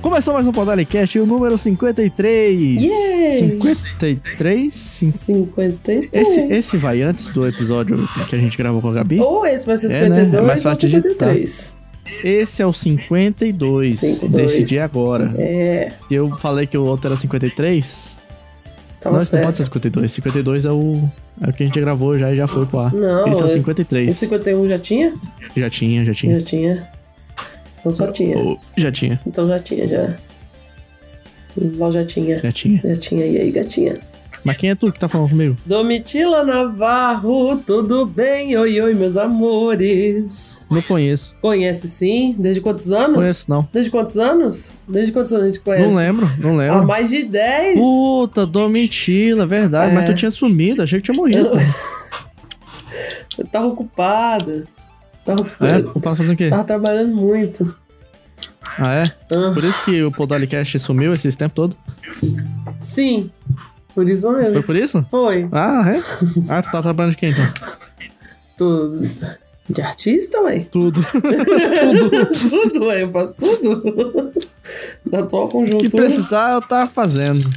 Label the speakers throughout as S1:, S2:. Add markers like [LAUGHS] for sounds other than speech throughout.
S1: Começou mais um Podalicast, o número 53.
S2: Yay!
S1: 53?
S2: 53.
S1: Esse, esse vai antes do episódio que a gente gravou com a Gabi?
S2: Ou esse vai ser
S1: É, né?
S2: 52
S1: É mais
S2: ou
S1: fácil de digitar.
S2: 53.
S1: Esse é o 52.
S2: 52.
S1: Decidi agora.
S2: É,
S1: Eu falei que o outro era 53.
S2: estava
S1: não, esse não
S2: certo.
S1: pode ser 52. 52 é o, é o que a gente gravou já e já foi pro ar.
S2: Não,
S1: esse é o
S2: esse-
S1: 53.
S2: O 51 já tinha?
S1: Já tinha, já tinha.
S2: Já tinha. Então só tinha.
S1: Oh, Já tinha,
S2: Então já tinha, já. Ló já tinha.
S1: já tinha.
S2: Já tinha, e aí, gatinha?
S1: Mas quem é tu que tá falando comigo?
S2: Domitila Navarro, tudo bem? Oi, oi, meus amores.
S1: Não conheço.
S2: Conhece sim? Desde quantos anos?
S1: Conheço, não.
S2: Desde quantos anos? Desde quantos anos a gente conhece?
S1: Não lembro, não
S2: Há
S1: lembro.
S2: mais de 10.
S1: Puta, Domitila, verdade.
S2: É.
S1: Mas tu tinha sumido, achei que tinha morrido.
S2: Eu- Eu tava Tá ocupado. Tava
S1: Uh. É?
S2: ocupado.
S1: O Paulo fazendo o quê?
S2: Tava trabalhando muito.
S1: Ah, é?
S2: Ah,
S1: Por isso que o Podalicast sumiu esse tempo todo?
S2: sim. Por isso
S1: Foi
S2: mesmo.
S1: por isso?
S2: Foi.
S1: Ah, é? Ah, tu tá trabalhando de quem então?
S2: Tô... De artista, ué? [LAUGHS]
S1: Tudo. Tudo.
S2: tudo, ué. Eu faço tudo. [LAUGHS] Na atual
S1: que
S2: conjuntura.
S1: precisar, eu tava fazendo.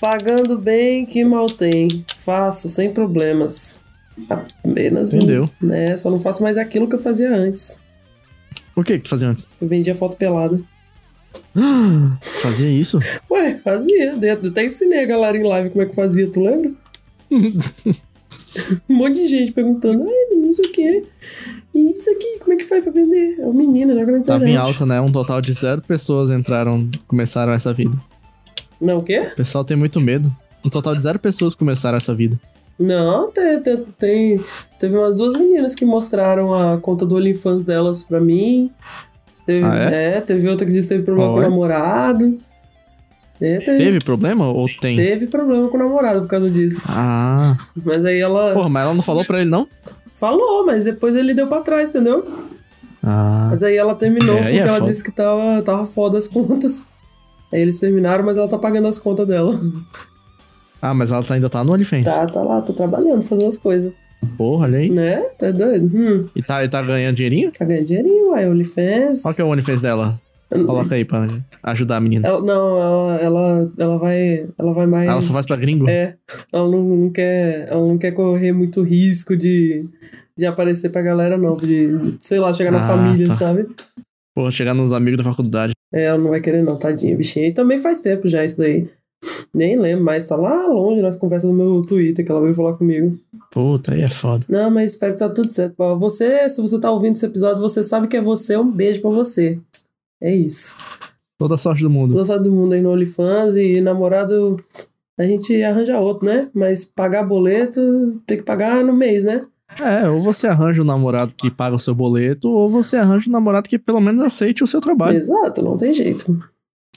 S2: Pagando bem que mal tem. Faço sem problemas. Apenas.
S1: Entendeu?
S2: Né? Só não faço mais aquilo que eu fazia antes.
S1: O que que tu fazia antes?
S2: Eu vendia foto pelada.
S1: Fazia isso?
S2: Ué, fazia. Dentro. Até ensinei a galera em live como é que fazia,
S1: [LAUGHS]
S2: tu lembra? um monte de gente perguntando, ai, não sei o que. E isso aqui, como é que faz pra vender? É o menino, joga na internet.
S1: Tava em alta, né? Um total de zero pessoas entraram, começaram essa vida.
S2: Não, o quê?
S1: O pessoal tem muito medo. Um total de zero pessoas começaram essa vida.
S2: Não, tem, tem, tem- Teve umas duas meninas que mostraram a conta do OnlyFans delas pra mim. Teve,
S1: Ah,
S2: é? teve outra que disse que teve problema com o
S1: Olha.
S2: namorado. É, teve, teve?
S1: Teve problema ou tem?
S2: problema com o namorado por causa disso.
S1: Ah.
S2: Mas aí ela
S1: Porra, mas ela não falou pra ele, não?
S2: falou, mas depois ele deu pra trás, entendeu?
S1: Ah.
S2: Mas aí ela terminou
S1: É, aí
S2: porque
S1: é
S2: ela
S1: foda.
S2: disse que tava, tava foda as contas. Aí eles terminaram, mas ela tá pagando as contas dela.
S1: Ah, mas ela tá- ainda tá no OnlyFans.
S2: Tá, tá lá, tá trabalhando, fazendo as coisas.
S1: Porra, olha aí.
S2: Né? Tá doido? Hum,
S1: E tá, e tá ganhando dinheirinho?
S2: tá ganhando dinheirinho, ué, OnlyFans.
S1: Qual que é o OnlyFans dela? Coloca aí pra ajudar a menina.
S2: Ela, não, ela, ela, ela vai. Ela vai mais.
S1: Ela só faz pra gringo?
S2: É. Ela não, não quer. Ela não quer correr muito risco de, de aparecer pra galera, não. De, sei lá, chegar na
S1: Ah,
S2: família,
S1: tá.
S2: sabe?
S1: Porra, chegar nos amigos da faculdade.
S2: É, ela não vai querer, não, tadinha, bichinha. E também faz tempo já isso daí. Nem lembro, mas tá lá longe nas conversas do meu Twitter que ela veio falar comigo.
S1: Puta, aí é foda.
S2: Não, mas espero que tá tudo certo. Bom, Você, se você tá ouvindo esse episódio, você sabe que é você. Um beijo pra você. É isso.
S1: Toda a sorte do mundo.
S2: Toda sorte do mundo aí no OnlyFans e namorado a gente arranja outro, né? Mas pagar boleto tem que pagar no mês, né?
S1: É, ou você arranja um namorado que paga o seu boleto, ou você arranja um namorado que pelo menos aceite o seu trabalho.
S2: Exato, não tem jeito.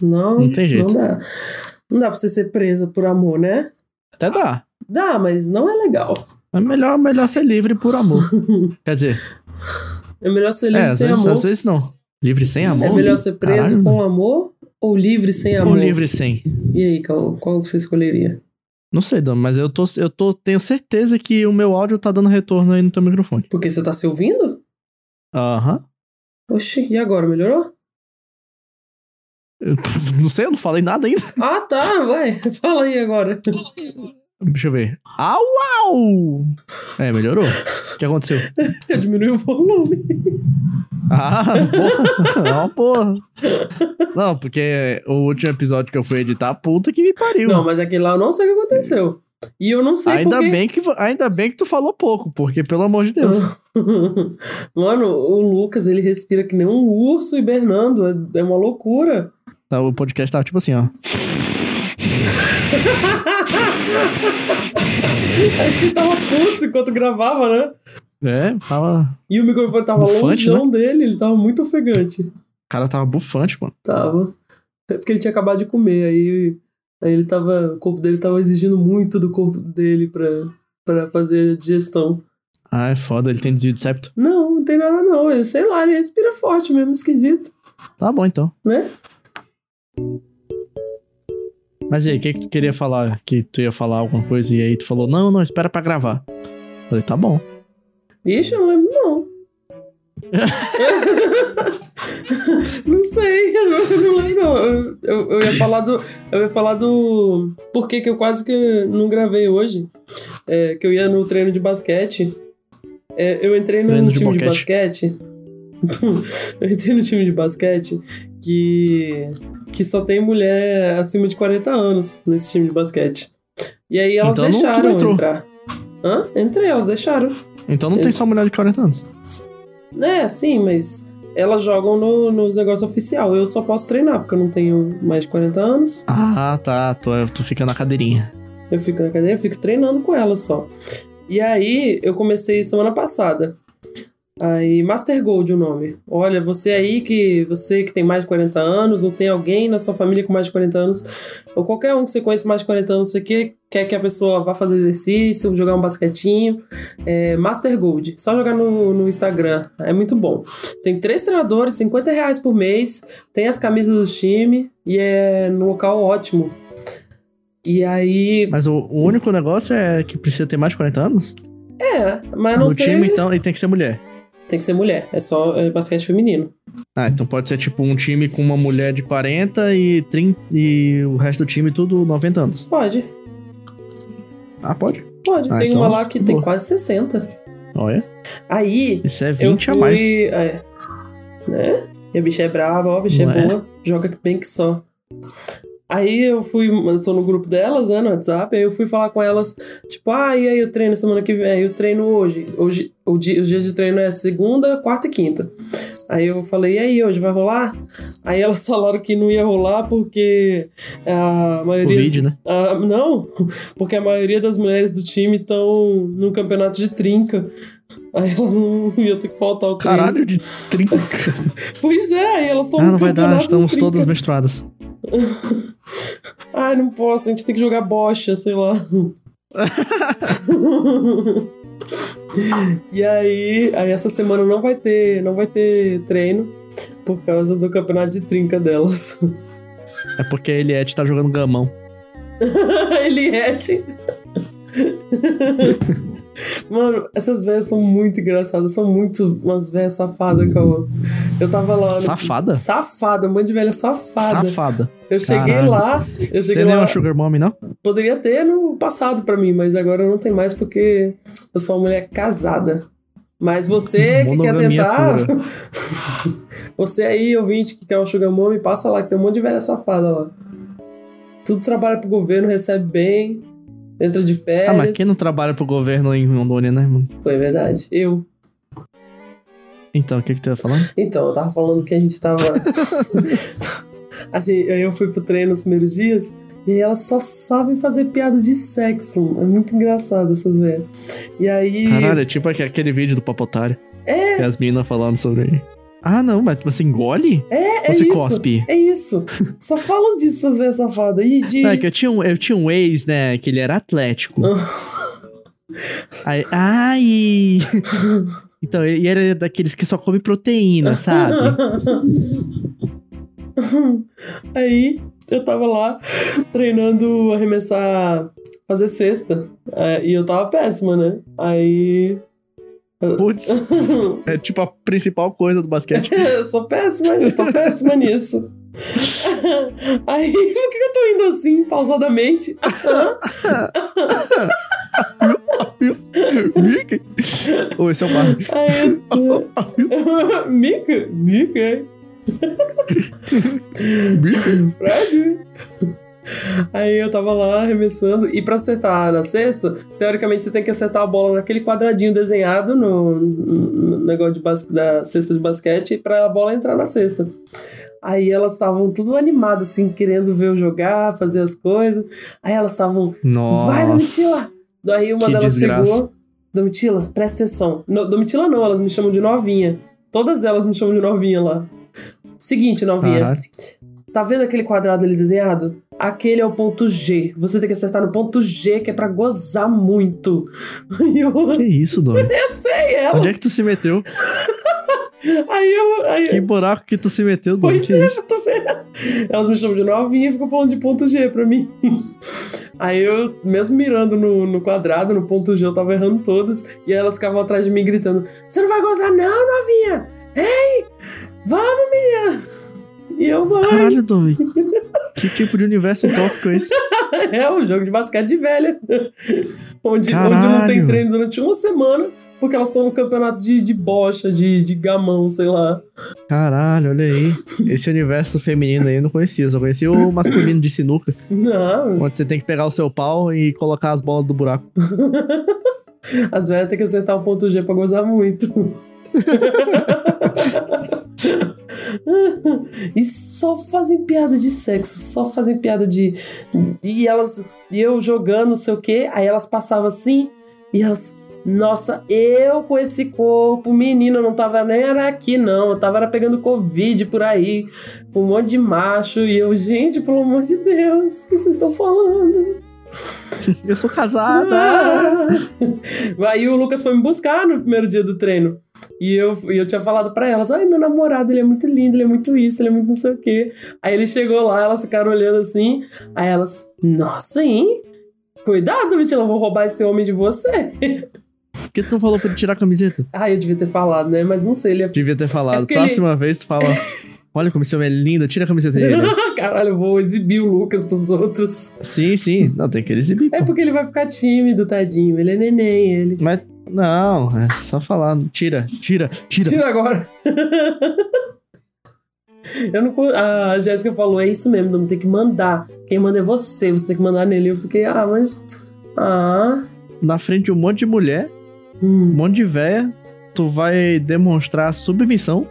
S2: Não,
S1: Não tem jeito.
S2: Não dá. Não dá pra você ser presa por amor, né?
S1: Até dá.
S2: Dá, mas não é legal.
S1: É melhor, melhor ser livre por
S2: [LAUGHS]
S1: amor. Quer dizer,
S2: É melhor ser
S1: é,
S2: livre
S1: às,
S2: sem
S1: vezes,
S2: amor.
S1: às vezes não. Livre sem amor?
S2: É melhor ser preso
S1: Caralho.
S2: com amor ou livre sem amor?
S1: Ou livre sem.
S2: E aí, qual, qual você escolheria?
S1: Não sei, Dom, mas eu tô, eu tô, tenho certeza que o meu áudio tá dando retorno aí no teu microfone.
S2: Porque você tá se ouvindo?
S1: Aham.
S2: Oxi, e agora? Melhorou?
S1: Eu- Não sei, eu não falei nada ainda.
S2: Ah, tá, vai. [LAUGHS] Fala aí agora.
S1: Deixa eu ver. Au, au! É, melhorou. O que aconteceu?
S2: Eu diminui o volume.
S1: Ah, porra. É uma porra. Não, porque o último episódio que eu fui editar, puta que me pariu.
S2: Não, mas aquele lá eu não sei o que aconteceu. E eu não sei
S1: ainda,
S2: por quê.
S1: bem que, vo- ainda bem que tu falou pouco, porque pelo amor de Deus.
S2: [LAUGHS] Ah. Mano, o Lucas, ele respira que nem um urso hibernando. É, é uma loucura.
S1: Tá, o podcast tá tipo assim, ó.
S2: Parece que ele tava puto enquanto gravava, né?
S1: É, tava.
S2: E o microfone tava
S1: Bufante,
S2: longeão dele, ele tava muito ofegante.
S1: O cara tava bufante, mano.
S2: Tava. É porque ele tinha acabado de comer, aí, aí ele tava. O corpo dele tava exigindo muito do corpo dele pra, pra fazer a digestão.
S1: Ah, é foda, ele tem desvio de septo.
S2: Não, não tem nada não. Ele, sei lá, ele respira forte mesmo, esquisito,
S1: Tá bom então.
S2: né?
S1: Mas e aí, o que, que tu queria falar? Que tu ia falar alguma coisa e aí tu falou, não, não, espera pra gravar. Falei, tá bom.
S2: Ixi, eu não lembro,
S1: [LAUGHS]
S2: não. não sei, eu não, eu não lembro, não. Eu, eu, eu, eu ia falar do. Eu ia falar do. Por que que eu quase que não gravei hoje? É, que eu ia no treino de basquete. É, eu entrei num
S1: Treino de
S2: time de
S1: boquete.
S2: basquete. [LAUGHS] eu entrei no time de basquete que. que só tem mulher acima de 40 anos nesse time de basquete. E aí elas
S1: Então não- tu não
S2: deixaram eu
S1: entrou.
S2: entrar. Hã? Entrei, elas deixaram.
S1: Então não tem só mulher de 40 anos.
S2: É, sim, mas elas jogam no, nos negócios oficial. Eu só posso treinar, porque eu não tenho mais de 40 anos.
S1: Ah, tá. Tu, é- tu fica na cadeirinha.
S2: Eu fico na cadeia, eu fico treinando com elas só. E aí, eu comecei semana passada. Aí, Master Gold é o nome. Olha, você aí que você que tem mais de 40 anos, ou tem alguém na sua família com mais de 40 anos, ou qualquer um que você conhece mais de 40 anos, você que quer que a pessoa vá fazer exercício, jogar um basquetinho, é Master Gold. Só jogar no, no Instagram, é muito bom. Tem três treinadores, 50 reais por mês, tem as camisas do time, e é no local ótimo. E aí,
S1: Mas o, o único negócio é que precisa ter mais de 40 anos?
S2: É, mas eu não
S1: no
S2: sei.
S1: time, então, e tem que ser mulher.
S2: Tem que ser mulher, é só é, basquete feminino.
S1: Ah, então pode ser tipo um time com uma mulher de 40 e 30 e o resto do time tudo 90 anos.
S2: Pode,
S1: Ah, pode?
S2: pode.
S1: Ah,
S2: tem
S1: então,
S2: uma lá que tem
S1: boa.
S2: quase 60.
S1: Olha.
S2: Aí,
S1: Isso é
S2: eu
S1: 20
S2: fui.
S1: a mais.
S2: É, né? E a bicha é brava, ó, a bicha
S1: Não
S2: é
S1: é?
S2: boa, joga bem que só. Aí eu fui, eu tô no grupo delas, né, no WhatsApp, aí eu fui falar com elas, tipo, ah, e aí eu treino semana que vem, aí eu treino hoje. Hoje, o dia, os dias de treino é segunda, quarta e quinta. Aí eu falei, e aí, hoje vai rolar? Aí elas [LAUGHS] falaram que não ia rolar porque a maioria.
S1: Covid, né?
S2: Ah, não, [LAUGHS] porque a maioria das mulheres do time estão no campeonato de trinca. Aí elas não [LAUGHS] iam ter que faltar o treino.
S1: Caralho, de 30.
S2: Pois é, aí elas estão
S1: ah,
S2: no
S1: não vai
S2: campeonato
S1: dar,
S2: de
S1: estamos
S2: trinca.
S1: todas menstruadas.
S2: Ai, não posso, a gente tem que jogar bocha,
S1: [LAUGHS]
S2: sei lá. e aí, aí essa semana não vai ter, não vai ter treino por causa do campeonato de trinca delas.
S1: É porque ele é de tá jogando gamão.
S2: Eliette. Mano, essas velhas são muito engraçadas. São muito umas velhas safadas, Caô. Eu tava lá. no-
S1: Safada?
S2: Safada, um monte de velha safada.
S1: Safada.
S2: eu cheguei
S1: caralho.
S2: lá. Eu cheguei
S1: Tem
S2: lá.
S1: nenhuma um Sugar Mommy, não?
S2: Poderia ter no passado pra mim, mas agora não tem mais porque eu sou uma mulher casada. Mas você que quer
S1: Monogamia
S2: tentar.
S1: pura.
S2: [LAUGHS] você aí, ouvinte, que quer um sugar mommy, passa lá, que tem um monte de velha safada lá. Tudo trabalha pro governo, recebe bem, entra de
S1: Ah,
S2: férias.
S1: mas quem não trabalha pro governo em Rondônia, né, mano?
S2: Foi verdade. Eu.
S1: Então, o que que tu ia falar?
S2: Então, eu tava falando que a gente tava. a gente, aí eu fui pro treino nos primeiros dias e aí elas só sabem fazer piada de sexo. É muito engraçado essas velhas. E aí.
S1: Caralho, é tipo aque- aquele vídeo do Papotário.
S2: É.
S1: E as meninas falando sobre... Ah, não, mas você engole?
S2: É, é
S1: você
S2: isso.
S1: cospe?
S2: É isso. Só falam disso, essas velhas safadas. E de.
S1: Não, é que eu tinha, um, eu tinha um ex, né, que ele era
S2: [LAUGHS]
S1: atlético. Aí, ai... [LAUGHS] Então, ele era daqueles que só come proteína, sabe?
S2: [LAUGHS] Aí eu tava lá treinando arremessar, fazer cesta. É, e eu tava péssima, né? Aí. [LAUGHS]
S1: Putz, é tipo a principal coisa do
S2: [LAUGHS]
S1: basquete.
S2: eu sou péssima, eu tô péssima nisso. Aí, [LAUGHS] por que eu tô indo assim, pausadamente?
S1: Mickey? Ô, esse é o Barney.
S2: [LAUGHS] Aí eu. Mica? Mica, é? Fred. Aí eu tava lá arremessando. E pra acertar na cesta, teoricamente você tem que acertar a bola naquele quadradinho desenhado no, no negócio de bas- da cesta de basquete pra a bola entrar na cesta. Aí elas estavam tudo animadas, assim, querendo ver eu jogar, fazer as coisas. Aí elas estavam,
S1: Nossa.
S2: vai, Domitila! Daí uma
S1: que
S2: delas
S1: desgraça.
S2: chegou, Domitila, presta atenção. No, Domitila não, elas me chamam de novinha. Todas elas me chamam de novinha lá. Seguinte, novinha.
S1: Caralho.
S2: Tá vendo aquele quadrado ali desenhado? Aquele é o ponto G. Você tem que acertar no ponto G, que é pra gozar muito. [LAUGHS] E eu,
S1: Que isso, Domi?
S2: eu sei elas.
S1: Onde é que tu se meteu?
S2: Aí eu. Aí
S1: Que buraco que tu se meteu, Domi?
S2: Pois
S1: que
S2: é,
S1: isso?
S2: eu [LAUGHS] tô vendo. Elas me chamam de novinha e ficam falando de ponto G pra mim. [LAUGHS] Aí eu, mesmo mirando no, no quadrado, no ponto G, eu tava errando todas. E aí elas ficavam atrás de mim gritando: Você não vai gozar, não, novinha! Ei! Vamos, menina! [LAUGHS] E eu, mãe.
S1: Caralho, Domi. Que tipo de universo utópico é esse?
S2: [LAUGHS] É um jogo de basquete de velha. [LAUGHS] onde, onde não tem
S1: Caralho.
S2: treino durante uma semana, porque elas estão no campeonato de, de bocha, de, de gamão, sei lá.
S1: Caralho, olha aí. Esse universo feminino aí eu não conhecia, eu só conhecia o masculino de sinuca,
S2: Não,
S1: onde você tem que pegar o seu pau e colocar as bolas do buraco.
S2: as velhas têm que acertar o ponto G pra gozar muito. e só fazem piada de sexo, só fazem piada de. E elas. E eu jogando, não sei o quê, aí elas passavam assim, e elas. Nossa, eu com esse corpo, menina, eu não tava nem era aqui, não. Eu tava era pegando Covid por aí, com um monte de macho. E eu, gente, pelo amor de Deus, o que vocês estão falando?
S1: Eu sou casada!
S2: Ah. Aí o Lucas foi me buscar no primeiro dia do treino. E eu, e eu tinha falado pra elas: ai, meu namorado, ele é muito lindo, ele é muito isso, ele é muito não sei o quê. Aí ele chegou lá, elas ficaram olhando assim. Aí elas: nossa, hein? Cuidado, Vitila, eu vou roubar esse homem de você.
S1: Por que tu não falou pra ele tirar a camiseta?
S2: Ai, eu devia ter falado, né? Mas não sei, ele ia
S1: Devia ter
S2: É
S1: falado.
S2: porque
S1: Próxima vez tu fala. Olha como esse homem é lindo, tira a camiseta dele. né?"
S2: [LAUGHS] Caralho, eu vou exibir o Lucas pros outros.
S1: Sim, sim. Não, tem que exibir.
S2: É
S1: pô.
S2: porque ele vai ficar tímido, tadinho. Ele é neném, ele.
S1: Mas. Não, é só falar. Tira, tira, tira.
S2: Tira agora. [LAUGHS] Eu não, con- a Jéssica falou, é isso mesmo, não tem que mandar. Quem manda é você, você tem que mandar nele. Eu fiquei, ah, mas. Ah.
S1: Na frente de um monte de mulher, um
S2: [LAUGHS] Hum.
S1: monte de véia, tu vai demonstrar submissão.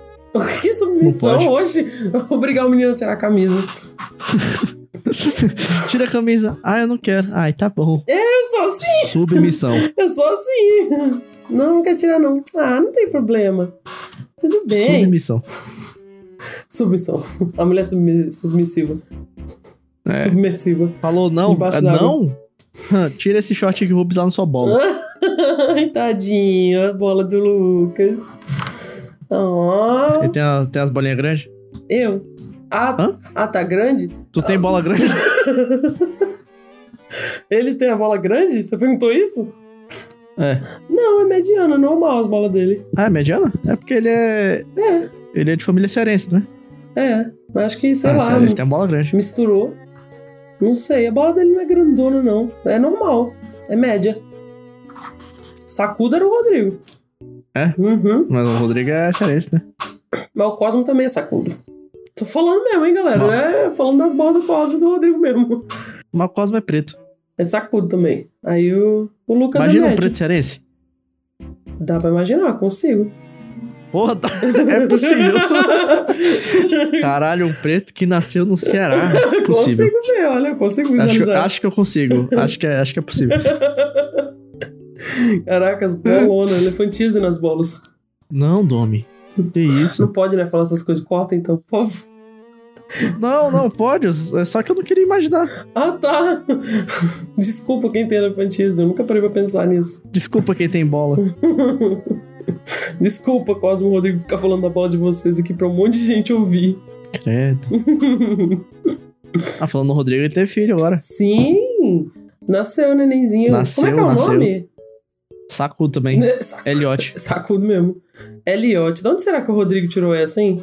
S2: Que submissão
S1: Não pode.
S2: hoje? [LAUGHS] Obrigar o menino a tirar a camisa.
S1: [LAUGHS] Tira a camisa. Ah, eu não quero. Ai, tá bom.
S2: Eu sou assim,
S1: Submissão.
S2: eu sou assim. [LAUGHS] Não, não quer tirar, não. Ah, não tem problema. Tudo [LAUGHS] bem.
S1: Submissão.
S2: Submissão. [LAUGHS] A mulher submi- submissiva.
S1: É.
S2: Submersiva. [LAUGHS]
S1: Falou não?
S2: Debaixo
S1: Ah,
S2: d'água.
S1: não? Hã, Tira esse short que eu vou pisar na sua bola.
S2: Ai, tadinho, a bola do Lucas. Ah.
S1: Ele tem, a- tem as bolinhas grandes?
S2: Eu? Ah,
S1: Hã?
S2: ah, tá grande?
S1: Tu tem bola grande?
S2: Eles têm a bola grande? Você perguntou isso?
S1: É.
S2: Não, é mediana, normal as bolas dele.
S1: Ah, mediana? É porque ele é. Ele é de família cearense, não é?
S2: É, mas acho que, sei
S1: ah,
S2: lá,
S1: cearense tem a bola grande.
S2: misturou. Não sei, a bola dele não é grandona, não. É normal, é média. Sacuda era o Rodrigo.
S1: É?
S2: Uhum.
S1: Mas o Rodrigo é cearense, né?
S2: Mas o Cosmo também é sacudo. Tô falando mesmo, hein, galera?
S1: Não.
S2: É, falando das bolas do Cosmo e do Rodrigo mesmo.
S1: Mas o Cosmo é preto.
S2: É sacudo também. Aí o, o Lucas
S1: Imagina
S2: é
S1: um
S2: médio.
S1: preto cearense.
S2: Dá pra imaginar, consigo.
S1: Porra, tá- é possível.
S2: [LAUGHS]
S1: Caralho, um preto que nasceu no Ceará. É possível.
S2: Consigo ver, olha, eu consigo
S1: Acho,
S2: visualizar.
S1: acho que eu consigo. Acho que, é, acho que é possível.
S2: Caraca, as bolonas, elefantize nas bolas.
S1: Não, Domi. Que é isso?
S2: Não pode, né, falar essas coisas. Corta então, por favor.
S1: Não, não, pode. É só que eu não queria imaginar.
S2: Ah, tá. [LAUGHS] Desculpa quem tem elefantize, eu nunca parei pra pensar nisso.
S1: Desculpa quem tem bola.
S2: Desculpa, Cosmo e Rodrigo, ficar falando da bola de vocês aqui pra um monte de gente ouvir. [LAUGHS]
S1: Credo. Ah, falando do Rodrigo, ele teve filho agora.
S2: Sim! Nasceu o nenenzinho.
S1: Nasceu,
S2: Como é que é o
S1: nasceu.
S2: nome? Né,
S1: Sacu também.
S2: Sa-
S1: Eliote.
S2: Sacudo mesmo. Eliote. De onde será que o Rodrigo tirou essa, hein?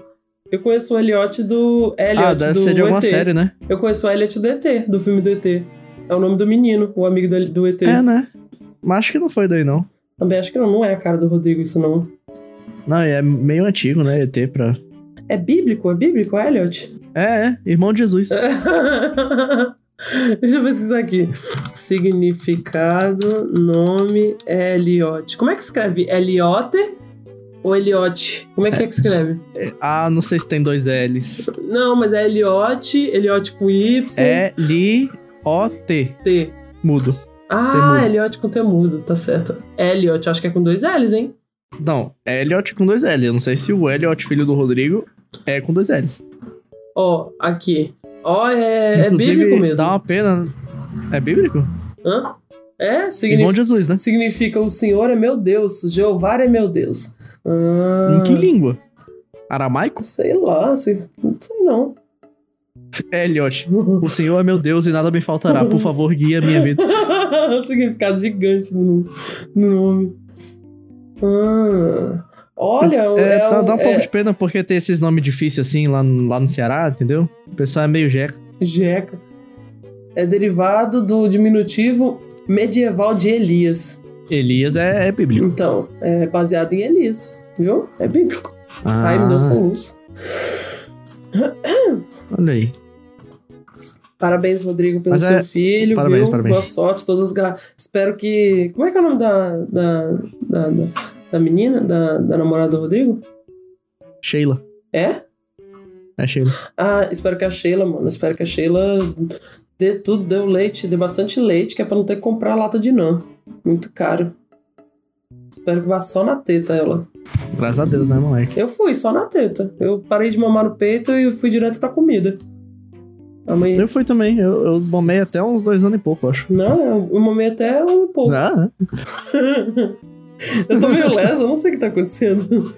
S2: Eu conheço o [LAUGHS] Eliote do. Elliot
S1: Ah, deve
S2: do
S1: ser de alguma
S2: ET.
S1: série, né?
S2: Eu conheço o Elliot do ET, do filme do ET. É o nome do menino, o amigo do, do ET.
S1: É, né? Mas acho que não foi daí, não.
S2: Também acho que não, não é a cara do Rodrigo isso não.
S1: Não, é meio antigo, né? ET pra.
S2: É bíblico? É bíblico, Elliot? [LAUGHS]
S1: É, é. Irmão de Jesus.
S2: Deixa eu ver isso aqui. Significado, nome, Elliot. Como é que escreve? Eliote ou Eliote? Como é que é que escreve?
S1: Ah, não sei se tem dois L's.
S2: Não, mas é Eliote, Eliote com Y,
S1: É. L-O-T.
S2: T.
S1: Mudo.
S2: Ah,
S1: Temudo.
S2: Elliot com temudo, tá certo. Elliot, acho que é com dois L's, hein?
S1: Não, é Elliot com dois L. Eu não sei se o Elliot, filho do Rodrigo, é com dois L's.
S2: Ó, aqui. Ó, é, é
S1: Inclusive,
S2: bíblico mesmo.
S1: Dá uma pena. É bíblico?
S2: Hã? É,
S1: Irmão de
S2: significa,
S1: Jesus, né?
S2: significa o Senhor é meu Deus, Jeová é meu Deus. Ah,
S1: Em que língua? Aramaico?
S2: sei lá, sei, não sei não. [LAUGHS]
S1: Elliot. O Senhor é meu Deus e nada me faltará. Por favor, guia minha vida.
S2: Significado gigante do, do nome. Ah, olha,
S1: É,
S2: [LAUGHS] é,
S1: dá,
S2: o-
S1: dá um pouco
S2: é-
S1: de pena porque tem esses nomes difíceis assim lá, no- lá no Ceará, entendeu? O pessoal é meio jeca.
S2: Jeca. É derivado do diminutivo medieval de Elias.
S1: Elias é, é bíblico.
S2: Então, é baseado em Elias, viu? É bíblico. Ai,
S1: Ah.
S2: me deu soluço.
S1: Olha aí.
S2: Parabéns, Rodrigo, pelo
S1: Mas
S2: seu
S1: é-
S2: filho.
S1: parabéns,
S2: viu?
S1: parabéns.
S2: Boa sorte, todas as gar... Espero que. Como é que é o nome da. da. da, da, da menina? Da, da namorada do Rodrigo?
S1: Sheila.
S2: É?
S1: É Sheila.
S2: Ah, espero que a Sheila, mano. Espero que a Sheila dê tudo, dê o leite, dê bastante leite, que é pra não ter que comprar lata de nã. Muito caro. Espero que vá só na teta ela.
S1: Graças a Deus, né, moleque?
S2: Eu fui só na teta. Eu parei de mamar no peito e fui direto pra comida. A mãe.
S1: Eu fui também. Eu, eu mamei até uns dois anos e pouco, eu acho.
S2: Não, é eu- eu mamei até um pouco.
S1: Ah,
S2: Eu tô meio lesa, eu não sei o que tá acontecendo.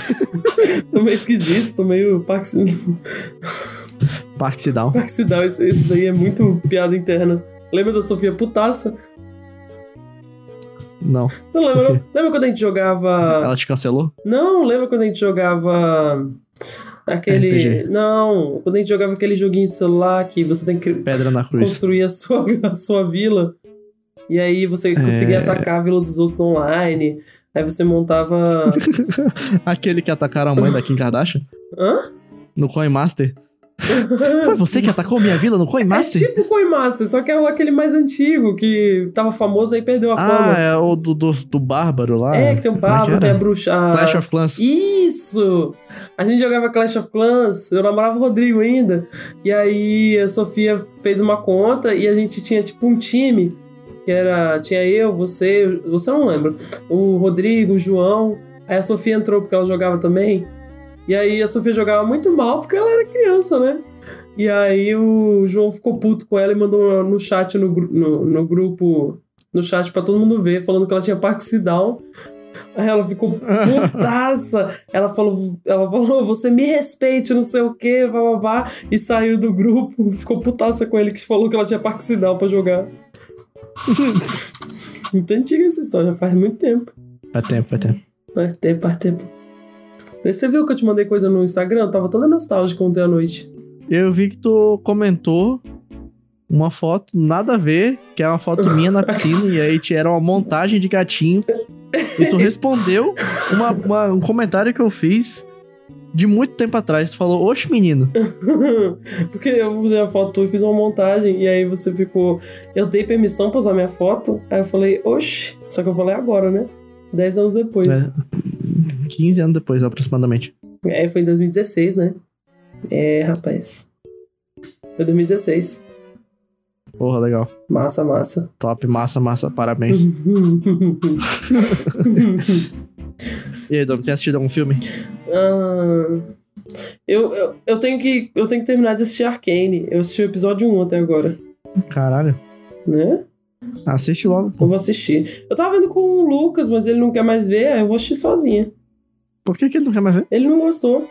S2: [LAUGHS] tô meio esquisito, tô meio paxi-
S1: é. Parque Down.
S2: paxidal. Isso, isso daí é muito piada interna. Lembra da Sofia Putaça?
S1: Não.
S2: Você não lembra,
S1: Por
S2: não? Lembra quando a gente jogava.
S1: Ela te cancelou?
S2: Não, lembra quando a gente jogava. Aquele.
S1: RPG.
S2: Não, quando a gente jogava aquele joguinho de celular que você tem que
S1: Pedra na cruz.
S2: construir a sua, a sua vila. E aí você conseguia atacar a vila dos outros online. Aí você montava.
S1: [LAUGHS] Aquele que atacaram a mãe da Kim Kardashian?
S2: Hã?
S1: No
S2: [LAUGHS]
S1: Coinmaster? Foi você que atacou minha vila no Coinmaster?
S2: É tipo o Coinmaster, só que é o- aquele mais antigo, que tava famoso aí perdeu a
S1: Ah,
S2: fama.
S1: é o do, do, do Bárbaro lá.
S2: É, que tem o
S1: Como é que
S2: Pablo,
S1: era?
S2: tem a bruxa. a-
S1: Clash of Clans.
S2: Isso! A gente jogava Clash of Clans, eu namorava o Rodrigo ainda. E aí a Sofia fez uma conta e a gente tinha tipo um time. Que era. Tinha eu, você, você eu não lembra. O Rodrigo, o João. Aí a Sofia entrou porque ela jogava também. E aí a Sofia jogava muito mal porque ela era criança, né? E aí o João ficou puto com ela e mandou no chat, no, gru- no, no grupo, no chat pra todo mundo ver, falando que ela tinha Paxidal. Aí ela ficou putaça. Ela falou, ela falou, você me respeite, não sei o que, bababá. E saiu do grupo, ficou putaça com ele, que falou que ela tinha Paxidal pra jogar. [LAUGHS] Muito antiga essa história, já faz muito tempo.
S1: Faz tempo, faz tempo.
S2: Faz tempo, faz tempo. Você viu que eu te mandei coisa no Instagram? Eu tava toda nostálgica ontem à noite. [LAUGHS]
S1: Eu vi que tu comentou uma foto nada a ver, que é uma foto minha na piscina, e aí te- era uma montagem de gatinho. E tu respondeu uma- uma- um comentário que eu fiz de muito tempo atrás. Tu falou, oxe, menino.
S2: Porque eu usei a foto tua e fiz uma montagem. E aí você ficou. Eu dei permissão pra usar minha foto. Aí eu falei, oxi. Só que eu falei agora, né? Dez anos depois.
S1: É, 15 anos depois, aproximadamente.
S2: Aí É, foi em 2016, né? É, rapaz. Foi 2016.
S1: Porra, legal. [LAUGHS]
S2: Massa, massa.
S1: Top, massa, massa, parabéns. E aí, Dom, tem assistido algum filme?
S2: Ah, eu, eu, eu, tenho que, eu tenho que terminar de assistir Arcane. Eu assisti o episódio 1 até agora,
S1: Caralho.
S2: né?
S1: Assiste logo,
S2: Eu
S1: pô.
S2: vou assistir. Eu tava vendo com o Lucas, mas ele não quer mais ver, aí eu vou assistir sozinha.
S1: Por que, que ele não quer mais ver?
S2: Ele não gostou.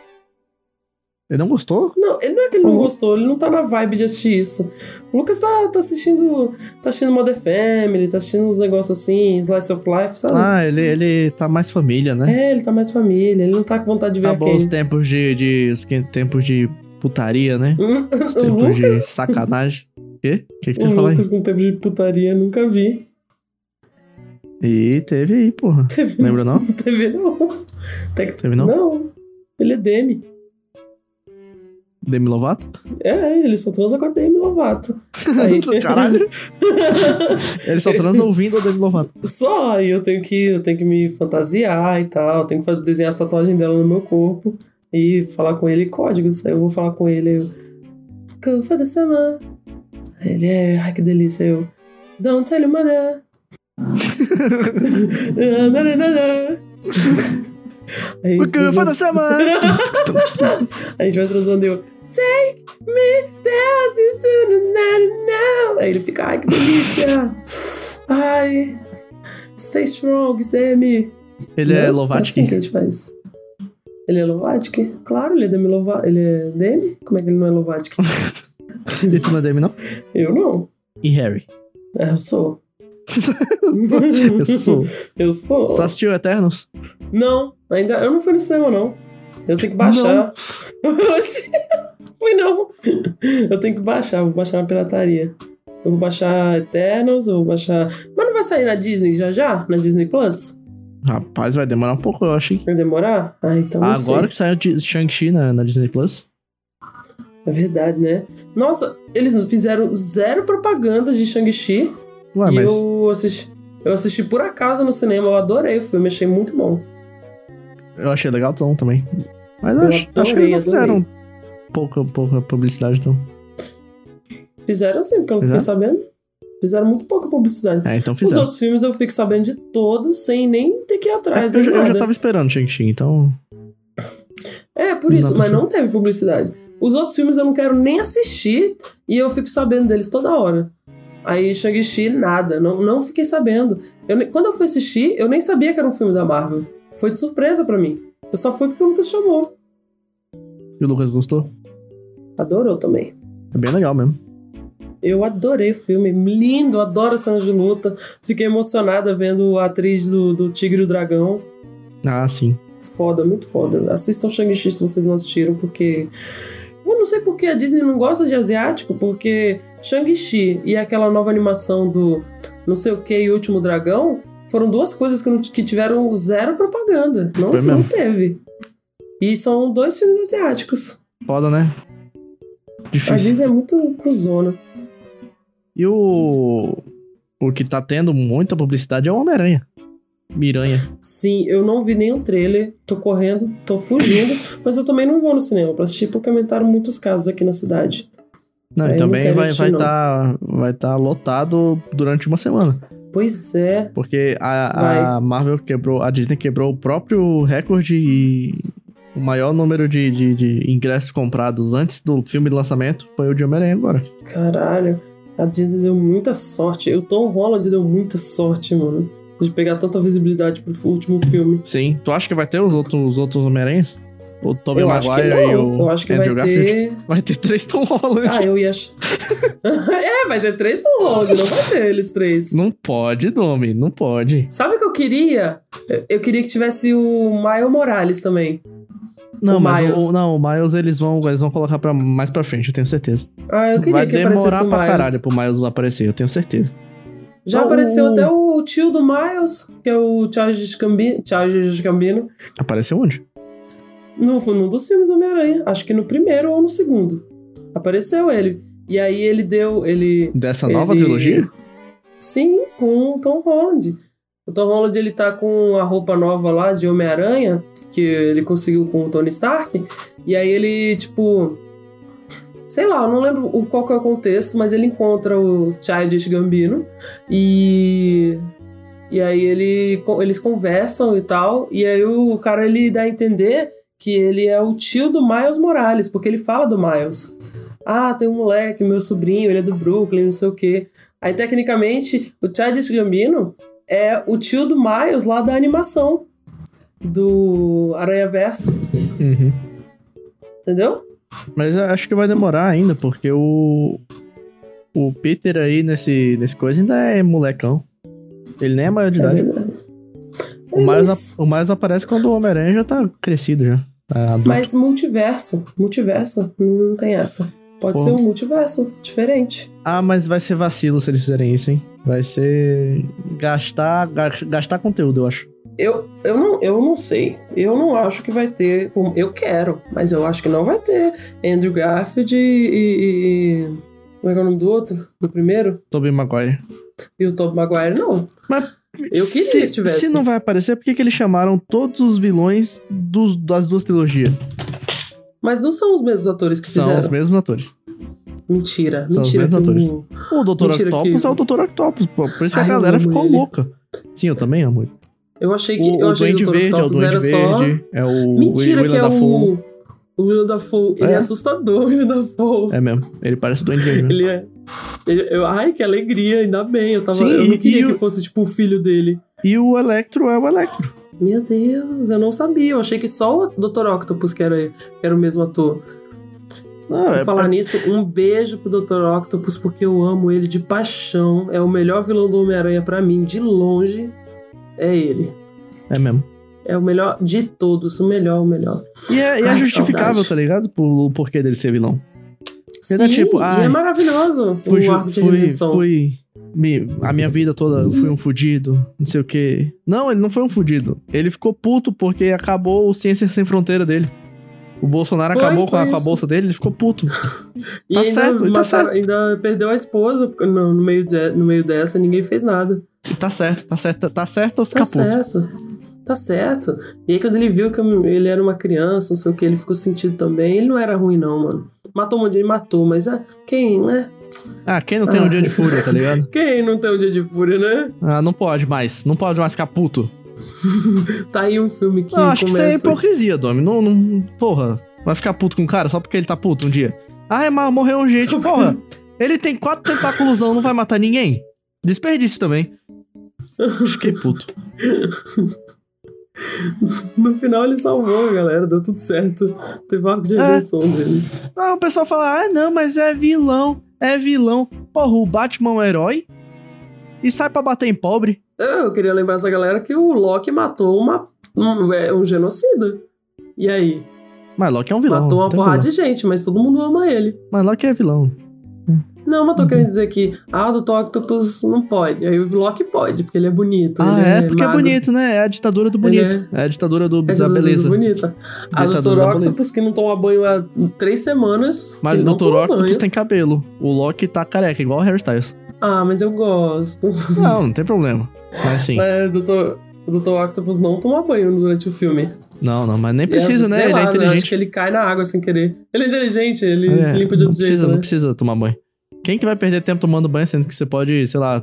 S1: Ele não gostou?
S2: Não, ele não é que ele não
S1: Uhum.
S2: gostou, ele não tá na vibe de assistir isso. O Lucas tá, tá assistindo. Tá assistindo Mother Family, tá assistindo uns negócios assim, Slice of Life, sabe?
S1: Ah, ele, ele tá mais família, né?
S2: É, ele tá mais família, ele não tá com vontade de ver
S1: Acabou os
S2: Arcane.
S1: tempos de, de. Os que- tempos de putaria, né?
S2: Hum,
S1: Os [LAUGHS]
S2: o
S1: tempos
S2: Lucas,
S1: de sacanagem. Quê? O que, que
S2: o
S1: você falou aí?
S2: Lucas com tempo de putaria, nunca vi. [LAUGHS]
S1: E teve aí, porra.
S2: Teve,
S1: Lembra não?
S2: não teve, não. Até que
S1: Teve não?
S2: Não. Ele é Demi.
S1: Demi Lovato?
S2: É, ele só transa com a
S1: [LAUGHS]
S2: Demi Lovato. Aí-
S1: Caralho. Ele só transa ouvindo a Demi Lovato.
S2: Só aí eu tenho que eu tenho que me fantasiar e tal, eu tenho que fazer, desenhar a tatuagem dela no meu corpo e falar com ele códigos. Aí eu vou falar com ele, eu. Cufa da semana. Aí Ele é, ai que delícia, eu. Don't tell your mother. [LAUGHS] Na, na, na, na, na. Aí a
S1: O
S2: gente
S1: que foi da [LAUGHS] semana?
S2: a gente vai transando e eu. Take me down to soon now, now. Aí ele fica, ai que delícia! Ai. Stay strong, stay me.
S1: Ele é
S2: Não?
S1: Lovatic?
S2: assim que a gente faz. Ele é Lovatic? Claro, ele é Demi Lovatic. Ele é Demi? Como é que ele não
S1: [LAUGHS]
S2: é Lovatic?
S1: E tu não é Demi, não?
S2: Eu não.
S1: E Harry?
S2: É, eu sou.
S1: [LAUGHS]
S2: [LAUGHS]
S1: Eu sou. Tá
S2: Eu sou.
S1: Tu assistiu Eternos?
S2: Não, ainda. Eu não fui no cinema, não. Eu tenho que baixar. [LAUGHS] Oxi. Fui não. Então, eu tenho que baixar, vou baixar na pirataria. Eu vou baixar Eternals, eu vou baixar. Mas não vai sair na Disney já já? Na Disney Plus?
S1: Rapaz, vai demorar um pouco, eu acho. hein?
S2: Vai demorar? Ah, então não sei.
S1: Agora que saiu de Shang-Chi na, na Disney Plus.
S2: É verdade, né? Nossa, eles fizeram zero propaganda de Shang-Chi.
S1: Ué,
S2: e
S1: Ah, mas.
S2: eu, assisti, eu assisti por acaso no cinema, eu adorei o filme, achei muito bom.
S1: Eu achei legal o tom também. Mas eu
S2: Eu
S1: acho, acho que
S2: adorei,
S1: eles não fizeram pouca, pouca publicidade, então.
S2: Fizeram sim, porque eu não fiquei sabendo. Fizeram muito pouca publicidade.
S1: É, então
S2: Os
S1: fizeram.
S2: outros filmes eu fico sabendo de todos sem nem ter que ir
S1: É,
S2: atrás.
S1: eu,
S2: nem
S1: já- eu já
S2: nada.
S1: tava esperando Shang-Chi, então.
S2: É, por isso,
S1: Não
S2: mas
S1: aconteceu.
S2: não teve publicidade. Os outros filmes eu não quero nem assistir e eu fico sabendo deles toda hora. Aí Shang-Chi, nada, não, não fiquei sabendo. Eu nem- quando eu fui assistir, eu nem sabia que era um filme da Marvel. Foi de surpresa pra mim. Eu só fui porque o Lucas chamou.
S1: E o Lucas gostou?
S2: Adorou também.
S1: É bem legal mesmo.
S2: Eu adorei o filme, lindo, adoro cenas de luta. Fiquei emocionada vendo a atriz do, do Tigre e o Dragão.
S1: Ah, sim.
S2: Foda, muito foda. Assistam Shang-Chi se vocês não assistiram, porque. Eu não sei porque a Disney não gosta de asiático, porque Shang-Chi e aquela nova animação do não sei o que e Último Dragão foram duas coisas que, não- que tiveram zero propaganda. Não,
S1: Foi
S2: não
S1: mesmo.
S2: teve. E são dois filmes asiáticos.
S1: Foda, né?
S2: A
S1: Difícil.
S2: Disney é muito cuzona.
S1: E o. O que tá tendo muita publicidade é o Homem-Aranha. Miranha.
S2: Sim, eu não vi nenhum trailer, tô correndo, tô fugindo, mas eu também não vou no cinema pra assistir porque aumentaram muitos casos aqui na cidade.
S1: Não,
S2: Aí
S1: e
S2: eu não
S1: também
S2: quero
S1: vai
S2: assistir,
S1: vai
S2: não.
S1: tá, vai tá lotado durante uma semana.
S2: Pois é.
S1: Porque a, a
S2: Vai.
S1: Marvel quebrou, a Disney quebrou o próprio recorde e o maior número de, de, de ingressos comprados antes do filme de lançamento foi o de Homem-Aranha agora.
S2: Caralho, a Disney deu muita sorte. O Tom Holland deu muita sorte, mano. De pegar tanta visibilidade pro último filme.
S1: Sim. Tu acha que vai ter os outros, os outros Homem-Aranhas? O Tobey
S2: eu acho que
S1: Maguire e
S2: não.
S1: o
S2: Eu acho que
S1: Andrew
S2: vai
S1: Garfield?
S2: ter.
S1: Vai ter três Tom Holland.
S2: Ah, eu ia. ach- [LAUGHS] é, vai ter três Tom Holland, não vai ter eles três.
S1: Não pode, Domi, não pode.
S2: Sabe o que eu queria? Eu- Eu queria que tivesse o Miles Morales também.
S1: Não,
S2: O
S1: mas
S2: Miles.
S1: o, não, o Miles eles vão, eles vão colocar pra mais pra frente, eu tenho certeza.
S2: Ah, eu queria
S1: vai
S2: que aparecesse
S1: demorar
S2: o
S1: pra
S2: Miles.
S1: caralho pro Miles aparecer, eu tenho certeza.
S2: Já
S1: Ah,
S2: apareceu
S1: o-
S2: até o tio do Miles, que é o Charles Gambino. Charles Gambino.
S1: Apareceu onde?
S2: No, foi num dos filmes do Homem-Aranha. Acho que no primeiro ou no segundo. Apareceu ele. E aí ele deu. Ele.
S1: Dessa nova
S2: ele-
S1: trilogia?
S2: Sim, com o Tom Holland. O Tom Holland ele tá com a roupa nova lá de Homem-Aranha, que ele conseguiu com o Tony Stark. E aí ele, tipo. Sei lá, eu não lembro o- qual que é o contexto, mas ele encontra o Childish Gambino e. E aí ele, eles conversam e tal. E aí o cara ele dá a entender que ele é o tio do Miles Morales, porque ele fala do Miles. Ah, tem um moleque, meu sobrinho, ele é do Brooklyn, não sei o quê. Aí, tecnicamente, o Childish Gambino é o tio do Miles lá da animação do Aranha Verso,
S1: Uhum.
S2: entendeu?
S1: Mas eu acho que vai demorar ainda, porque o. O Peter aí nesse, nesse coisa ainda é molecão. Ele nem é maior de
S2: É
S1: idade.
S2: verdade. É
S1: o, Miles, é
S2: Mas-
S1: ap- o Miles aparece quando o Homem-Aranha já tá crescido já. Tá adulto.
S2: Mas multiverso, multiverso, não tem essa. Pode
S1: Pô.
S2: ser um multiverso diferente.
S1: Ah, mas vai ser vacilo se eles fizerem isso, hein? Vai ser. gastar, ga- gastar conteúdo, eu acho.
S2: Eu, eu, não, eu não sei. Eu não acho que vai ter. bom, Eu quero, mas eu acho que não vai ter Andrew Garfield e. e- e- como é que é o nome do outro? Do primeiro?
S1: Tobey Maguire.
S2: E o Tobey Maguire, não.
S1: Mas
S2: Eu queria
S1: se,
S2: que tivesse.
S1: Se não vai aparecer, por que, que eles chamaram todos os vilões dos, das duas trilogias?
S2: Mas não são os mesmos atores que
S1: São
S2: fizeram.
S1: os mesmos atores.
S2: Mentira,
S1: São os
S2: mentira.
S1: mesmos
S2: que
S1: atores.
S2: o-
S1: O Dr.
S2: Mentira
S1: Octopus
S2: que-
S1: é o Dr. Octopus, pô. Por isso que
S2: Ai,
S1: a
S2: eu
S1: galera
S2: amo
S1: ficou
S2: ele.
S1: louca. Sim, eu também amo. ele.
S2: Eu achei que.
S1: O,
S2: eu
S1: o
S2: achei que
S1: Duende
S2: o Dr.
S1: Verde é o
S2: Octopus
S1: Duende
S2: era só.
S1: Verde, é o
S2: Mentira,
S1: William
S2: que é
S1: da Fool.
S2: o. O William Dafoe. Ele
S1: É.
S2: é assustador, [LAUGHS] o William Dafoe.
S1: É mesmo, ele parece o Duende Verde. né?
S2: Ele é. ele- eu, ai, que alegria, ainda bem. Eu, tava,
S1: Sim,
S2: eu não
S1: e-
S2: queria
S1: e
S2: que
S1: o-
S2: fosse, tipo, o filho dele.
S1: E o Electro é o Electro.
S2: Meu Deus, eu não sabia. Eu achei que só o Dr. Octopus que era, que era o mesmo ator.
S1: Não,
S2: Por
S1: é-
S2: falar nisso, um beijo pro Dr. Octopus, porque eu amo ele de paixão. É o melhor vilão do Homem-Aranha pra mim, de longe. É ele.
S1: é mesmo.
S2: É o melhor de todos, o melhor, o melhor.
S1: E é, e é
S2: Ai, que
S1: justificável,
S2: saudade.
S1: tá ligado? Por, o porquê dele ser vilão.
S2: Sim,
S1: Era tipo,
S2: e é
S1: ai,
S2: maravilhoso
S1: fui,
S2: o
S1: ju-
S2: arco de
S1: fui,
S2: redenção.
S1: fui me- a minha vida toda eu fui um fudido, não sei o quê. Não, ele não foi um fudido. Ele ficou puto porque acabou o Ciência Sem Fronteira dele. O Bolsonaro
S2: Foi,
S1: acabou com a,
S2: foi
S1: com a
S2: isso.
S1: bolsa dele, ele ficou puto.
S2: E
S1: Tá
S2: ainda,
S1: certo, tá certo.
S2: ainda perdeu a esposa porque no, no meio de- no meio dessa, ninguém fez nada.
S1: E tá certo, tá certo, tá certo ou fica
S2: Tá
S1: puto?
S2: certo. Tá certo. E aí, quando ele viu que eu- ele era uma criança, não sei o que, ele ficou sentido também. Ele não era ruim, não, mano. Matou um monte de gente, matou, mas ah, quem, né?
S1: Ah, quem não tem um
S2: Ah.
S1: dia de fúria, tá ligado?
S2: Quem não tem um dia de fúria, né?
S1: Ah, não pode mais, não pode mais ficar puto.
S2: Tá aí um filme que
S1: Não, acho que isso é
S2: começa.
S1: hipocrisia, Domi. Não, não, porra, vai ficar puto com o cara só porque ele tá puto um dia. Ah, mas morreu um gente,
S2: Só porque-
S1: porra. Ele tem quatro tentáculos, não vai matar ninguém. Desperdício também. Fiquei puto.
S2: No final ele salvou a galera, deu tudo certo. Teve um arco de
S1: É.
S2: redenção dele.
S1: Ah, o pessoal fala, ah, não, mas é vilão, é vilão. Porra, o Batman é um herói e sai pra bater em pobre.
S2: É, Eu eu queria lembrar essa galera que o Loki matou uma, um, é, um genocida. E aí?
S1: Mas Loki é um vilão.
S2: matou uma
S1: tranquilo.
S2: porrada de gente, mas todo mundo ama ele.
S1: Mas Loki é vilão.
S2: Não, mas tô
S1: Uhum.
S2: querendo dizer que, ah, do Octopus não pode. Aí o Loki pode, porque ele é bonito.
S1: Ah,
S2: ele
S1: é, porque é
S2: magro.
S1: bonito, né? É a ditadura do
S2: Ele
S1: bonito. É, a ditadura do,
S2: É
S1: da beleza. tá
S2: bonita. A
S1: Ditadura
S2: Doutor
S1: da beleza.
S2: Octopus, que não toma banho há três semanas.
S1: Mas
S2: que
S1: o
S2: não
S1: Dr.
S2: toma
S1: Octopus
S2: banho.
S1: tem cabelo. O Loki tá careca, igual o Harry Styles.
S2: Ah, mas eu gosto. É,
S1: Não, não tem problema. Mas assim,
S2: Mas o Dr. O Dr. Octopus não toma banho durante o filme.
S1: não, não, mas nem
S2: E
S1: precisa,
S2: essa,
S1: né?
S2: sei
S1: Ele
S2: lá,
S1: é
S2: Acho
S1: inteligente.
S2: que ele cai na água sem querer. Ele é inteligente, ele
S1: É,
S2: se limpa de
S1: não
S2: outro
S1: precisa,
S2: jeito,
S1: não
S2: né?
S1: precisa tomar banho. Quem que vai perder tempo tomando banho, sendo que você pode, sei lá,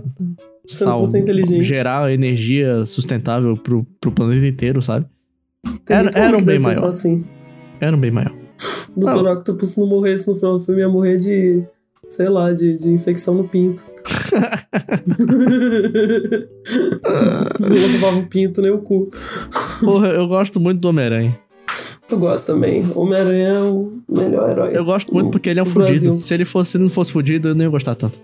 S2: Você não pode ser inteligente.
S1: gerar energia sustentável pro, pro planeta inteiro, sabe?
S2: Tem
S1: Era-
S2: muito homem
S1: era um
S2: que deve
S1: bem
S2: pensar
S1: maior.
S2: Assim.
S1: Era um bem maior.
S2: Doutor Octopus se não morresse no final do filme, ia morrer de... Sei lá, de, de infecção
S1: [LAUGHS]
S2: no pinto. [LAUGHS] não lavava o pinto nem o cu.
S1: Porra, eu gosto muito do Homem-Aranha.
S2: Tu gosta também. Homem-Aranha é o melhor herói.
S1: Eu gosto muito porque ele é um
S2: O Brasil.
S1: fudido. Se ele fosse, se ele não fosse fudido, eu não ia gostar tanto.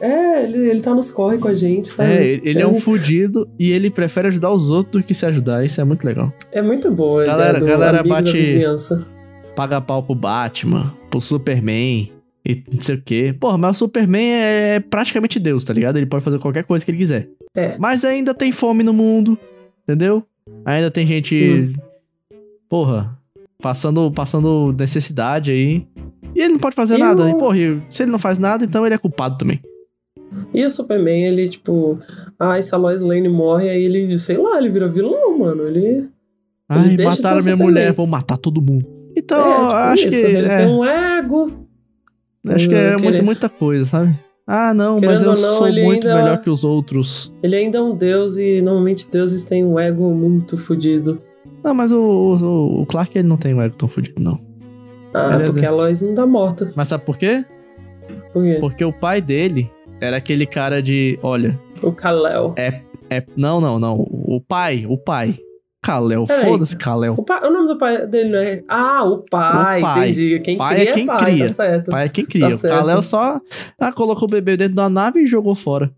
S2: É, ele, ele tá nos corre com a gente, sabe?
S1: É, ele ele é um
S2: Ele-
S1: fudido e ele prefere ajudar os outros do que se ajudar. Isso é muito legal.
S2: É muito boa a ideia
S1: Galera-
S2: do
S1: galera
S2: amigo da
S1: bate-
S2: vizinhança.
S1: paga pau pro Batman, pro Superman e não sei o quê. Porra, mas o Superman é praticamente Deus, tá ligado? Ele pode fazer qualquer coisa que ele quiser.
S2: É.
S1: Mas ainda tem fome no mundo, entendeu? Ainda tem gente.
S2: Hum.
S1: Porra, passando, passando necessidade aí. E ele não pode fazer
S2: E
S1: nada.
S2: o-
S1: E, porra, e se ele não faz nada, então ele é culpado também.
S2: E o Superman, ele, tipo, ai, se a Lois Lane morre, aí ele, sei lá, ele vira vilão, mano. Ele.
S1: Ai,
S2: deixa de
S1: mataram
S2: ser
S1: minha
S2: Superman.
S1: mulher, vou matar todo mundo. Então,
S2: é,
S1: eu
S2: tipo,
S1: acho
S2: isso,
S1: que.
S2: Ele
S1: é.
S2: tem um ego.
S1: Acho que é
S2: Querer-
S1: muito, muita coisa, sabe? Ah, não, mas
S2: Querendo
S1: eu
S2: ou não,
S1: sou
S2: ele
S1: muito
S2: ainda-
S1: melhor que os outros.
S2: Ele ainda é um deus e normalmente deuses têm um ego muito fodido.
S1: Não, mas o, o, o Clark ele não tem um ego tão fodido, não.
S2: Ah,
S1: Ele é
S2: porque
S1: deus.
S2: a Lois não tá morta.
S1: Mas sabe por quê?
S2: Por quê?
S1: Porque o pai dele era aquele cara de. Olha,
S2: O Kalel.
S1: é. Não, não, não. O pai, o pai. Kalel,
S2: Peraí.
S1: foda-se, Kalel.
S2: O, pai, o nome do pai dele não é. Ah, o pai,
S1: O pai.
S2: entendi. Quem
S1: Pai
S2: cria
S1: é quem
S2: pai,
S1: cria.
S2: tá certo.
S1: O pai é quem cria.
S2: Tá
S1: o
S2: certo.
S1: Kalel só ah, colocou o bebê dentro da nave e jogou fora.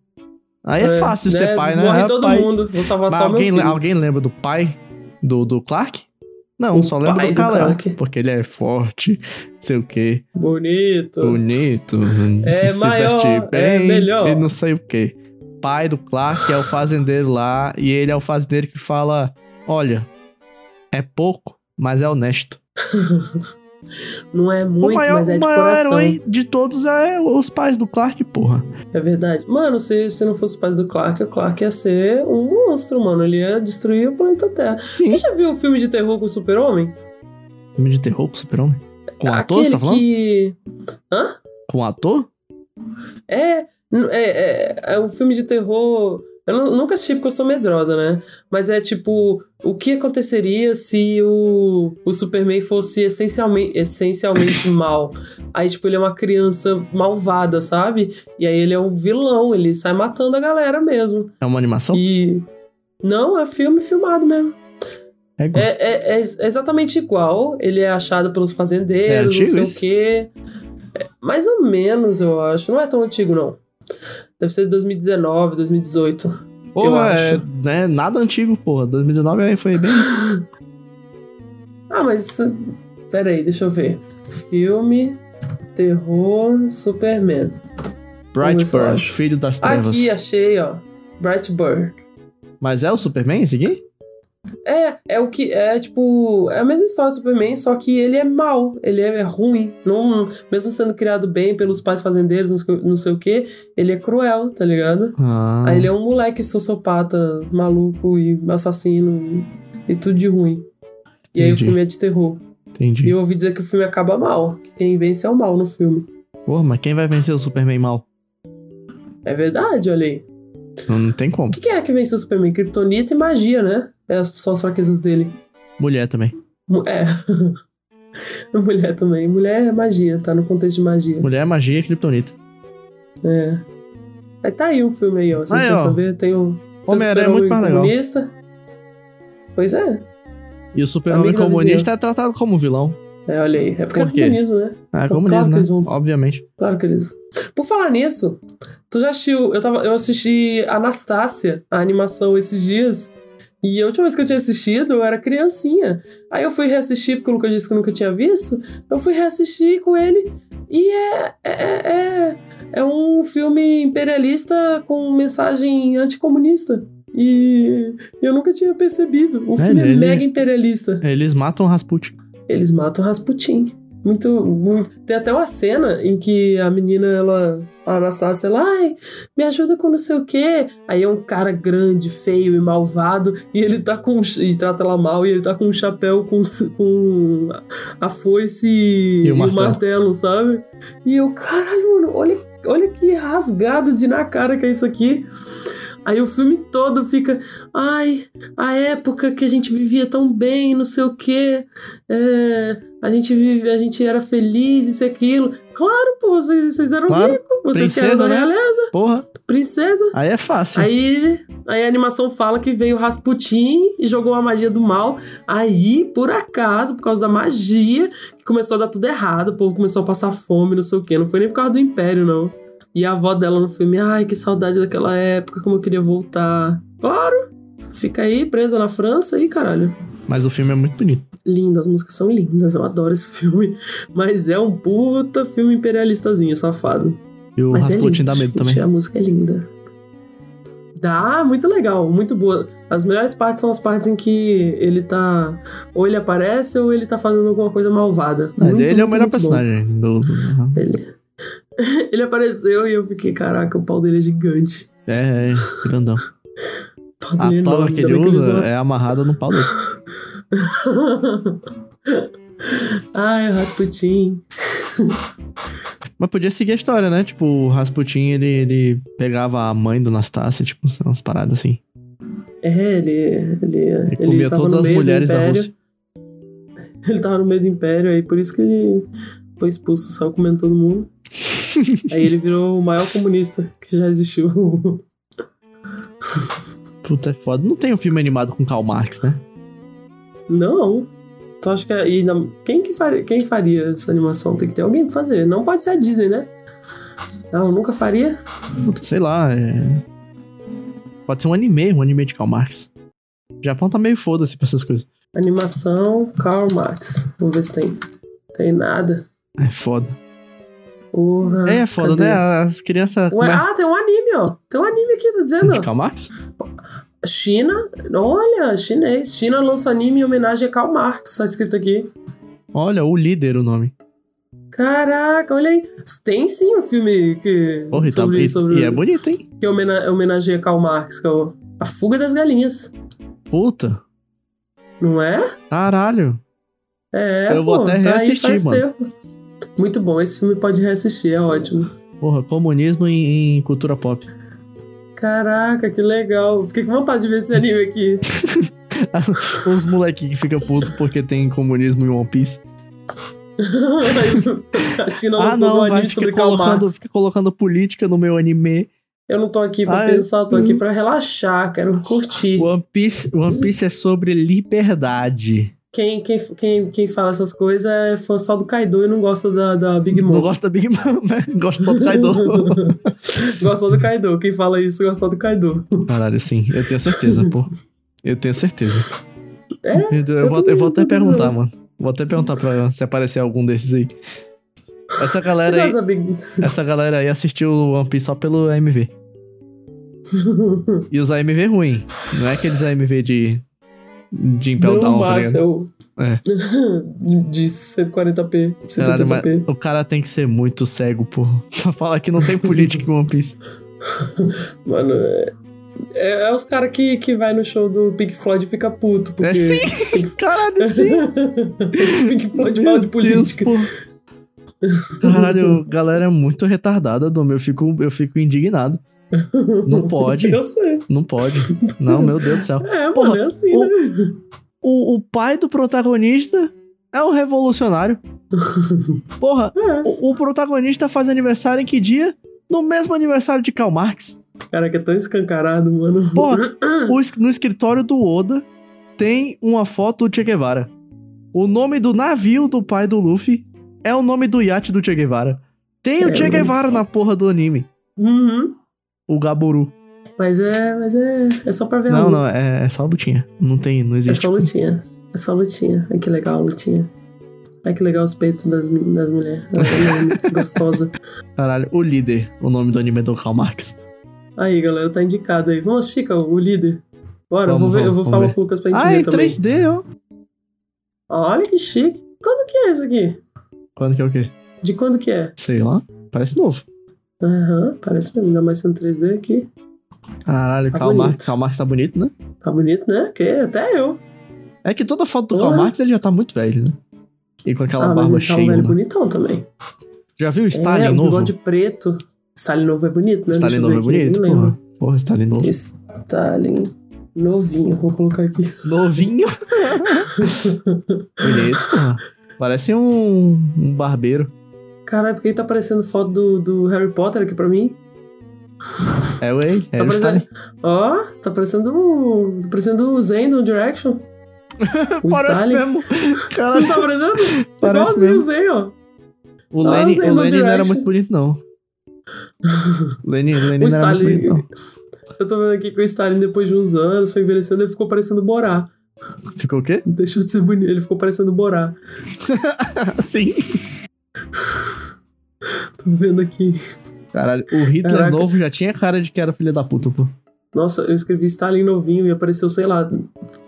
S1: Aí é, fácil ser pai, né?
S2: Morre
S1: É
S2: todo
S1: pai.
S2: mundo. Vou salvar
S1: Mas
S2: só meu
S1: alguém,
S2: filho.
S1: alguém lembra do pai do, do Clark? Não,
S2: O
S1: só lembra
S2: pai
S1: do
S2: do
S1: Kalel.
S2: Clark.
S1: Porque ele é forte, sei o quê.
S2: Bonito.
S1: Bonito.
S2: É
S1: se
S2: maior,
S1: veste bem,
S2: é melhor.
S1: E não sei o que. Pai do Clark é o fazendeiro lá. E ele é o fazendeiro que fala: Olha, é pouco, mas é honesto.
S2: Não é muito,
S1: o maior,
S2: mas é
S1: o
S2: de
S1: maior
S2: coração.
S1: herói de todos é os pais do Clark, porra.
S2: É verdade. Mano, se, se não fosse os pais do Clark, o Clark ia ser um monstro, mano. Ele ia destruir o planeta Terra. Você
S1: Sim.
S2: já viu o filme de terror com o Super-Homem?
S1: Filme de terror com super-homem? Com o ator,
S2: Aquele
S1: você tá falando?
S2: que.
S1: Com o ator?
S2: É, n- é, é, é um filme de terror. Eu nu- nunca assisti porque eu sou medrosa, né? Mas é tipo, o que aconteceria se o, o Superman fosse essencialmente, essencialmente [COUGHS] mal? Aí, tipo, ele é uma criança malvada, sabe? E aí ele é um vilão, ele sai matando a galera mesmo.
S1: É uma animação?
S2: E. Não, é filme filmado mesmo.
S1: É igual.
S2: É, é- é ex- é exatamente igual. Ele é achado pelos
S1: É
S2: fazendeiros,
S1: antigo
S2: não sei
S1: isso?
S2: o quê. É, mais ou menos, eu acho. Não é tão antigo, não. Deve ser de 2019, 2018.
S1: porra, é,
S2: acho.
S1: né, nada antigo, porra. 2019 aí foi bem.
S2: Ah, mas. Peraí, deixa eu ver. Filme Terror Superman. Vamos ver se eu
S1: Brightburn,
S2: acho.
S1: Filho das Trevas.
S2: Aqui, achei, ó. Brightburn.
S1: Mas é o Superman esse aqui?
S2: É, é o que. É tipo. É a mesma história do Superman, só que ele é mau, ele é ruim. Não, mesmo sendo criado bem pelos pais fazendeiros, não sei- não sei o que, ele é cruel, tá ligado?
S1: Ah,
S2: Aí ele é um moleque sociopata, maluco e assassino e tudo de ruim. E aí o
S1: Entendi.
S2: filme é de terror. E
S1: entendi.
S2: eu ouvi dizer que o filme acaba mal, que quem vence é o mal no filme.
S1: Porra, mas quem vai vencer o Superman mal?
S2: É verdade, olha aí.
S1: Não, não tem como.
S2: O que, que é que vence o Superman? Kryptonita e magia, né? É as- são as fraquezas dele.
S1: Mulher também.
S2: Mu- É. [LAUGHS] Mulher também. Mulher é magia, tá no contexto de magia.
S1: Mulher, magia e Kryptonita.
S2: É. Aí tá aí o filme aí, ó. Vocês
S1: Aí,
S2: querem
S1: ó.
S2: saber? Tem o. tem Então o
S1: Homem-Aranha é muito
S2: super-homem
S1: mais legal.
S2: comunista. Pois é.
S1: E o Superman
S2: Amigo da
S1: comunista
S2: vizinhança.
S1: é tratado como vilão.
S2: É, olha aí. É porque
S1: Por
S2: é
S1: quê?
S2: comunismo, né?
S1: É
S2: Claro
S1: comunismo,
S2: que
S1: né?
S2: eles vão-
S1: Obviamente.
S2: Claro que eles. Por falar nisso, tu já assistiu. Eu, tava, eu assisti Anastácia, a animação, esses dias. E a última vez que eu tinha assistido, eu era criancinha. Aí eu fui reassistir, porque o Lucas disse que eu nunca tinha visto. Eu fui reassistir com ele. E é. É, é, é um filme imperialista com mensagem anticomunista. E eu nunca tinha percebido. O
S1: É,
S2: filme
S1: ele-
S2: é mega imperialista.
S1: Eles matam o Rasputin.
S2: Eles matam Rasputin. Muito, muito. Tem até uma cena em que a menina, ela, a Anastácia, ela, ai, me ajuda com não sei o quê. Aí é um cara grande, feio e malvado, e ele tá com. um ch- E trata ela mal, e ele tá com um chapéu com, s- com a foice e,
S1: o
S2: o
S1: martelo.
S2: martelo, sabe? E eu, caralho, mano, olha, olha que rasgado de na cara que é isso aqui. Aí o filme todo fica, ai, a época que a gente vivia tão bem, não sei o quê. É, a gente vive, a gente era feliz, isso e aquilo. Claro, pô, vocês, vocês eram
S1: Claro.
S2: ricos, vocês querem
S1: Princesa,
S2: da
S1: né?
S2: realeza,
S1: Porra,
S2: princesa.
S1: aí é fácil.
S2: Aí, aí a animação fala que veio Rasputin e jogou a magia do mal. Aí, por acaso, por causa da magia, que começou a dar tudo errado, o povo começou a passar fome, não sei o quê. Não foi nem por causa do Império, não. E a avó dela no filme, ai, que saudade daquela época, como eu queria voltar. Claro! Fica aí, presa na França e caralho
S1: Mas o filme é muito bonito.
S2: lindo, as músicas são lindas, eu adoro esse [LAUGHS] filme. Mas é um puta filme imperialistazinho, safado.
S1: E o
S2: Mas é
S1: Rasputin
S2: lindo,
S1: dá medo
S2: gente,
S1: também.
S2: A música é linda. Dá, muito legal, muito boa. As melhores partes são as partes em que ele tá. Ou ele aparece ou ele tá fazendo alguma coisa malvada.
S1: Não,
S2: Muito,
S1: ele é o
S2: muito,
S1: melhor
S2: muito bom.
S1: personagem do. do-
S2: Ele... [LAUGHS] ele apareceu e eu fiquei, caraca, o pau dele é gigante.
S1: É, é,
S2: [LAUGHS]
S1: grandão.
S2: O pau
S1: A
S2: dele é
S1: toga
S2: enorme,
S1: que ele
S2: também que ele
S1: usa
S2: usa
S1: é amarrada no pau dele.
S2: Ai, o Rasputin.
S1: Mas podia seguir a história, né? Tipo, o Rasputin, ele, ele pegava a mãe do Nastassia, tipo, sei lá, umas paradas assim.
S2: É, ele. Ele,
S1: Ele,
S2: ele
S1: comia
S2: tava
S1: todas
S2: no
S1: as
S2: meio do
S1: mulheres da
S2: império.
S1: Rússia.
S2: [LAUGHS] Ele tava no meio do império, aí por isso que ele foi expulso, saiu comendo todo
S1: [LAUGHS]
S2: mundo. aí ele virou o maior comunista que já existiu. [LAUGHS]
S1: Puta, é foda. Não tem um filme animado com Karl Marx, né?
S2: Não. Tu acha que. é- E na- quem, que faria, quem faria essa animação? Tem que ter alguém pra fazer. Não pode ser a Disney, né? Ela nunca faria.
S1: Puta, sei lá, é... Pode ser um anime, um anime de Karl Marx. O Japão tá meio foda-se pra essas coisas.
S2: Animação Karl Marx. Vamos ver se tem. Tem nada.
S1: É foda.
S2: Porra.
S1: É foda,
S2: Ah, cadê?
S1: né? As crianças
S2: Ué,
S1: começam...
S2: ah, tem um anime, ó. Tem um anime aqui, tô dizendo.
S1: De Karl Marx?
S2: China, olha, chinês. China lança anime em homenagem a Karl Marx, tá escrito aqui.
S1: Olha, o líder, o nome.
S2: Caraca, olha aí. Tem sim um filme que
S1: Porra, e, tá-
S2: sobre,
S1: e-
S2: sobre
S1: e é bonito, hein?
S2: que homena- homenageia Karl Marx, que é o A Fuga das Galinhas,
S1: Puta,
S2: não é?
S1: caralho.
S2: É,
S1: Eu vou
S2: pô,
S1: até
S2: tá aí
S1: reassistir,
S2: faz
S1: mano.
S2: tempo. Muito bom, esse filme pode reassistir, é ótimo.
S1: Porra, comunismo em, em cultura pop. [LAUGHS]
S2: Caraca, que legal. Fiquei com vontade de ver esse anime aqui. [LAUGHS]
S1: Os moleque que fica puto porque tem comunismo em One Piece.
S2: a China
S1: Ah,
S2: lançou um
S1: não, vai
S2: anime
S1: ficar
S2: sobre Karl
S1: colocando,
S2: Marx.
S1: fica colocando política no meu anime.
S2: Eu não tô aqui pra
S1: Ah, é.
S2: pensar, tô aqui pra relaxar, quero curtir.
S1: One Piece, One Piece é sobre liberdade.
S2: Quem, quem, quem, quem fala essas coisas é fã só do Kaido e não gosta da, da Big Mom.
S1: Não gosto da Big Mom, [LAUGHS] mas gosto só do Kaido.
S2: [LAUGHS] gosta só do Kaido. Quem fala isso gosta só do Kaido.
S1: Caralho, sim, eu tenho certeza, pô. Eu tenho certeza.
S2: É?
S1: Eu, eu
S2: Eu
S1: vou,
S2: também
S1: eu vou até
S2: não tô
S1: perguntar, mano. Vou até perguntar pra ela se aparecer algum desses aí. Essa galera aí, essa galera aí assistiu o One Piece só pelo
S2: [LAUGHS]
S1: AMV. E os AMV ruim. Não é aqueles AMV de. de Impel
S2: Não,
S1: Down, tá
S2: Max,
S1: ligado?
S2: é o...
S1: É.
S2: [LAUGHS] De 140p,
S1: Caralho,
S2: 180p.
S1: mas o cara tem que ser muito cego, [LAUGHS] porra. Pra falar que não tem política em One Piece.
S2: Mano, é... É, é os caras que, que vai no show do Pink Floyd e fica puto. Porque
S1: É sim! Caralho, sim!
S2: [LAUGHS] Pink Floyd
S1: Meu
S2: fala de política.
S1: Deus, pô. Caralho, galera é muito retardada, Dom. Eu fico, eu fico indignado.
S2: [LAUGHS]
S1: Não pode,
S2: Eu sei.
S1: não pode. Não, meu Deus do céu.
S2: É,
S1: Porra,
S2: mano, é assim,
S1: o-
S2: né?
S1: O, o pai do protagonista é um revolucionário. Porra,
S2: [LAUGHS] É.
S1: o, o protagonista faz aniversário em que dia? No mesmo aniversário de Karl Marx.
S2: Caraca, é tão escancarado, mano.
S1: Porra, o es- no escritório do Oda tem uma foto do Che Guevara. O nome do navio do pai do Luffy é o nome do iate do Che Guevara. Tem o
S2: É,
S1: Che
S2: mano.
S1: Guevara na porra do anime.
S2: [LAUGHS] Uhum.
S1: O Gaburu.
S2: Mas é, mas é, é só pra ver a
S1: Não,
S2: luta.
S1: não, é, é só lutinha. Não tem, não
S2: É
S1: existe.
S2: só lutinha. É só lutinha. Ai, que legal a lutinha. Ai, que legal os peitos das, men- das mulheres.
S1: [LAUGHS]
S2: gostosa.
S1: Caralho, o líder. O nome do anime é do Karl Marx.
S2: Aí, galera, tá indicado aí. Vamos assistir, Cal, o líder. Bora, eu vou
S1: Vamos,
S2: ver, eu
S1: vamos,
S2: vou
S1: vamos
S2: falar
S1: ver.
S2: com o Lucas pra gente
S1: Ah,
S2: ver
S1: em
S2: também.
S1: 3D, ó.
S2: Olha que chique. Quando que é isso aqui?
S1: Quando que é o quê?
S2: De quando que é?
S1: Sei lá. Parece novo.
S2: Aham, parece pra mim, ainda mais sendo 3D aqui.
S1: Caralho,
S2: Tá
S1: Karl
S2: bonito.
S1: Marx. Karl Marx tá bonito, né?
S2: Tá bonito, né? Que até eu.
S1: É que toda foto do Karl
S2: Porra.
S1: Marx ele já tá muito velho, né? E com aquela
S2: ah, mas
S1: barba
S2: ele tá um
S1: cheia.
S2: velho
S1: né?
S2: bonitão também.
S1: Já viu o Stalin
S2: é, o
S1: novo?
S2: bigode preto. Stalin novo é bonito, né?
S1: Stalin
S2: Deixa eu
S1: novo é
S2: ver aqui,
S1: bonito,
S2: eu nem
S1: porra. Porra, tá Stalin novo.
S2: lembro. Stalin novinho, vou colocar aqui.
S1: [LAUGHS] Novinho. bonito, porra. Parece um, um barbeiro.
S2: Caralho, por que tá aparecendo foto do, do Harry Potter aqui pra mim?
S1: É o Ei. É
S2: tá
S1: o Stalin.
S2: parecendo. Ó, tá parecendo. o- Tá parecendo o Zen do
S1: [LAUGHS]
S2: One Direction. O
S1: Parece
S2: um Stalin.
S1: mesmo.
S2: Não
S1: Caralho,
S2: [LAUGHS] tá parecendo?
S1: Parece
S2: Igualzinho
S1: mesmo.
S2: o Zen, ó.
S1: o
S2: Ah,
S1: Lenin,
S2: sei,
S1: o
S2: no
S1: Lenin não era
S2: Direction.
S1: muito bonito, não. Lenin, Lenin
S2: O
S1: não era muito
S2: Stalin.
S1: bonito, não.
S2: Eu tô vendo aqui que o Stalin, depois de uns anos, foi envelhecendo e ficou parecendo o Borá.
S1: Ficou o quê? [LAUGHS]
S2: Deixou de ser bonito, ele ficou parecendo o Borá.
S1: Sim.
S2: Tô vendo aqui.
S1: Caralho, o Hitler
S2: Caraca.
S1: novo já tinha cara de que era filho da puta, pô.
S2: Nossa, eu escrevi Stalin novinho e apareceu, sei lá,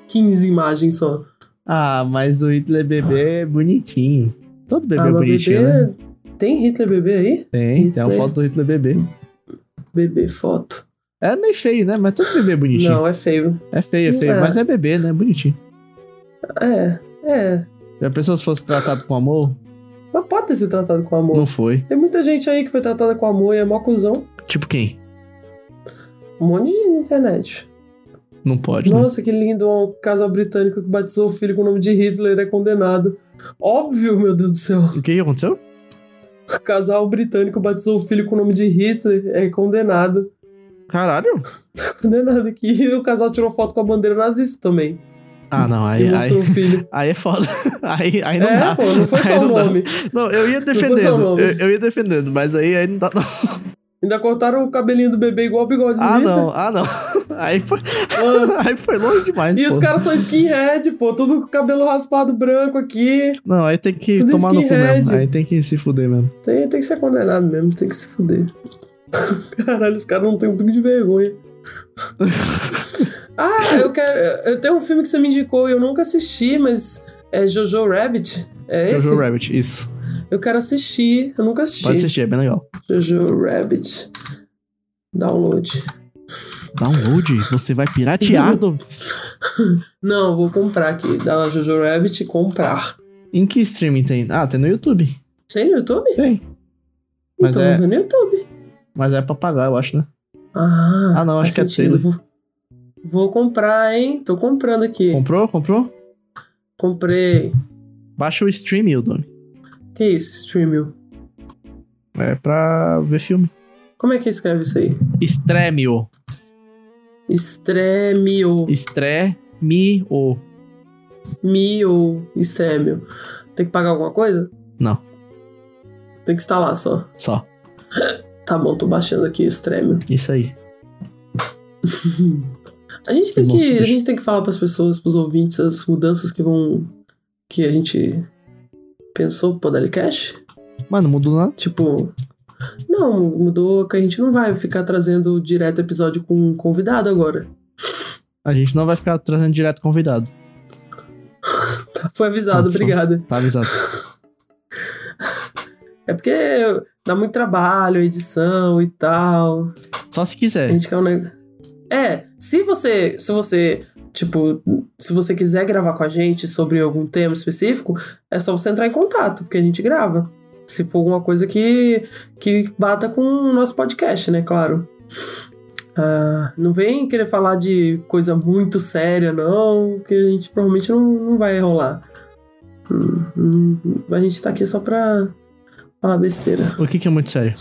S2: 15 imagens só.
S1: Ah, mas o Hitler bebê é bonitinho. Todo bebê é
S2: Ah, mas
S1: bonitinho, né?
S2: Tem Hitler bebê aí?
S1: Tem, tem uma
S2: Hitler.
S1: foto do Hitler bebê.
S2: Bebê foto.
S1: É meio feio, né? Mas todo bebê é bonitinho.
S2: Não, é feio.
S1: É feio, é feio.
S2: É.
S1: Mas é bebê, né? Bonitinho.
S2: É, é.
S1: Já pensou se fosse tratado com amor?
S2: Mas pode ter se tratado com amor.
S1: Não foi.
S2: Tem muita gente aí que foi tratada com amor e é mó cuzão.
S1: Tipo quem?
S2: Um monte de gente na internet.
S1: Não pode. né?
S2: Nossa, que lindo. Um casal britânico que batizou o filho com o nome de Hitler é condenado. Óbvio, meu Deus do céu. [LAUGHS]
S1: O que que aconteceu?
S2: Casal britânico batizou o filho com o nome de Hitler é condenado. [LAUGHS]
S1: Caralho.
S2: Condenado aqui. E o casal tirou foto com a bandeira nazista também.
S1: Ah, não.
S2: E
S1: Aí, aí,
S2: mostrou o filho.
S1: aí é foda. Aí, [LAUGHS] aí não
S2: é,
S1: dá.
S2: pô, não foi
S1: [LAUGHS] Aí
S2: só o
S1: dá.
S2: nome.
S1: Não, eu ia
S2: foi só o
S1: defendendo.
S2: nome.
S1: Eu, eu ia defendendo, mas aí, aí não dá. não.
S2: Ainda cortaram o cabelinho do bebê igual o bigode do
S1: Ah,
S2: Hitler.
S1: não. Ah, não. [LAUGHS] Aí foi, [LAUGHS]
S2: Mano,
S1: aí foi longe demais.
S2: Ah. E os
S1: pô.
S2: caras são skinhead, pô. Tudo com cabelo raspado branco aqui.
S1: Não, aí tem que
S2: Tudo
S1: tomar no cu
S2: skinhead.
S1: mesmo. Aí tem que se fuder mesmo.
S2: Tem, tem que ser condenado mesmo, tem que se fuder. [LAUGHS] Caralho, os caras não têm um pingo
S1: [LAUGHS]
S2: de vergonha. ah, eu quero. Eu tenho um filme que você me indicou e eu nunca assisti, mas é Jojo Rabbit. É esse?
S1: Jojo Rabbit, isso.
S2: Eu quero assistir, eu nunca assisti.
S1: Pode assistir, é bem legal.
S2: Jojo Rabbit. Download.
S1: Download, você vai piratear.
S2: [LAUGHS]
S1: Do...
S2: Não, eu vou comprar aqui. Dá lá Jojo Rabbit e comprar.
S1: Em que streaming tem? Ah, tem no YouTube.
S2: Tem no YouTube?
S1: Tem. Mas
S2: então,
S1: é-
S2: eu vou ver no YouTube.
S1: Mas é pra pagar, eu acho, né?
S2: Ah,
S1: Ah, não, acho
S2: faz
S1: que é
S2: sentido. Vou, vou comprar, hein? Tô comprando aqui.
S1: Comprou? Comprou?
S2: Comprei.
S1: Baixa o stream, Dom.
S2: Que isso, Streamio?
S1: É pra ver filme.
S2: Como é que escreve isso aí?
S1: Stremio.
S2: Stremio.
S1: Stremio.
S2: Mio. Stremio. Tem que pagar alguma coisa?
S1: Não.
S2: Tem que instalar só.
S1: Só.
S2: Tá bom, tô baixando aqui o Stremio.
S1: Isso aí.
S2: A gente tem
S1: Bom,
S2: que, a
S1: deixa-
S2: gente tem que falar pras pessoas, pros ouvintes, as mudanças que vão. que a gente pensou pro Podalicast?
S1: Mano, mudou nada.
S2: Tipo. Não, mudou que a gente não vai ficar trazendo direto episódio com um convidado agora. [LAUGHS]
S1: A gente não vai ficar trazendo direto convidado.
S2: Tá, Foi avisado,
S1: Tá,
S2: obrigada.
S1: Tá
S2: [LAUGHS]
S1: avisado.
S2: É porque dá muito trabalho, edição e tal.
S1: Só se
S2: A
S1: quiser.
S2: gente quer um negócio. É, se você. Se você. Tipo, se você quiser gravar com a gente sobre algum tema específico, é só você entrar em contato, porque a gente grava. Se for alguma coisa que, que bata com o nosso podcast, né? Claro. Ah, não vem querer falar de coisa muito séria, não, que a gente provavelmente não, não vai rolar. Hum, hum, a gente tá aqui só pra falar besteira.
S1: O que, que é muito sério?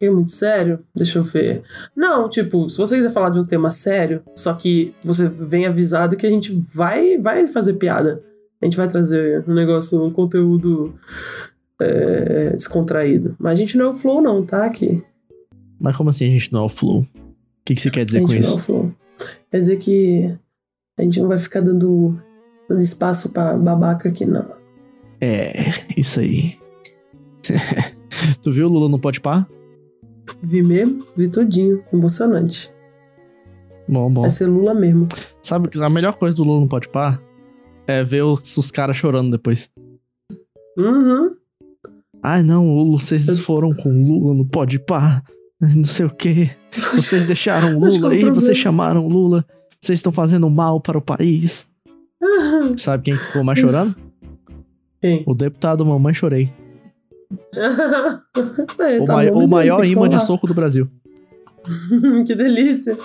S2: É muito sério? Deixa eu ver. Não, tipo, se você quiser falar de um tema sério, só que você vem avisado que a gente vai, vai fazer piada. A gente vai trazer um negócio, um conteúdo é, descontraído. Mas a gente não é o Flow, não, tá? Aqui.
S1: Mas como assim a gente não é o Flow? O que, que você quer
S2: A
S1: dizer com
S2: gente não é o
S1: isso?
S2: Flow. Quer dizer que a gente não vai ficar dando, dando espaço pra babaca aqui, não.
S1: É, isso aí. [LAUGHS] tu viu o Lula não pode par?
S2: Vi mesmo, vi tudinho. Emocionante.
S1: Bom, bom.
S2: Vai ser Lula mesmo.
S1: Sabe que a melhor coisa do Lula não pode par? É ver os, os caras chorando depois.
S2: Uhum.
S1: Ai não, o Lula, vocês foram com o Lula não pode par. [LAUGHS] Não sei o quê.
S2: [LAUGHS]
S1: Vocês deixaram o
S2: Acho que é um
S1: Lula aí,
S2: problema.
S1: vocês chamaram o Lula. Vocês estão fazendo mal para o país. Sabe quem ficou mais Tá chorando?
S2: Quem?
S1: O deputado Mamãe Chorei.
S2: É,
S1: o,
S2: tá
S1: mai- o
S2: bom, então,
S1: maior
S2: tem que
S1: imã de
S2: falar.
S1: soco do Brasil.
S2: [LAUGHS] que delícia.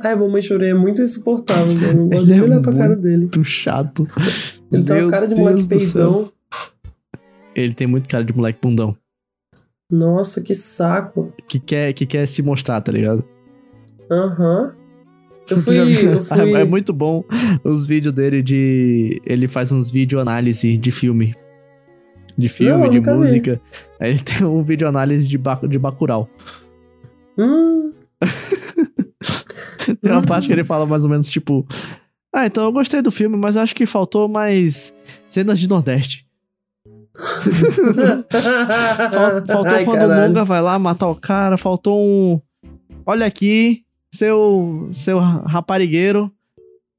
S2: Ai, mamãe chorei é muito insuportável, mano.
S1: [LAUGHS]
S2: Não gosto
S1: Ele
S2: de
S1: é
S2: olhar pra
S1: muito-
S2: cara dele.
S1: Muito chato.
S2: Ele tem
S1: Meu
S2: uma cara de
S1: Deus
S2: moleque
S1: do céu.
S2: peidão.
S1: Ele tem muito cara de moleque bundão.
S2: Nossa, que saco.
S1: Que quer, que quer se mostrar, tá ligado?
S2: Aham. Eu
S1: Tu [LAUGHS]
S2: fui.
S1: já viu?
S2: Eu fui...
S1: É, é muito bom os vídeos dele de. Ele faz uns vídeo análise de filme. De filme,
S2: Não,
S1: de
S2: nunca vi.
S1: música. Aí ele [LAUGHS] tem um vídeo análise de, ba de Bacurau. [LAUGHS]
S2: Hum, [LAUGHS]
S1: Tem uma parte que ele fala mais ou menos tipo. Ah, então eu gostei do filme, mas acho que faltou mais cenas de Nordeste. [LAUGHS] Fal- faltou
S2: Ah, Ai,
S1: quando o
S2: caralho.
S1: Monga vai lá matar o cara, faltou um. Olha aqui, seu, seu raparigueiro.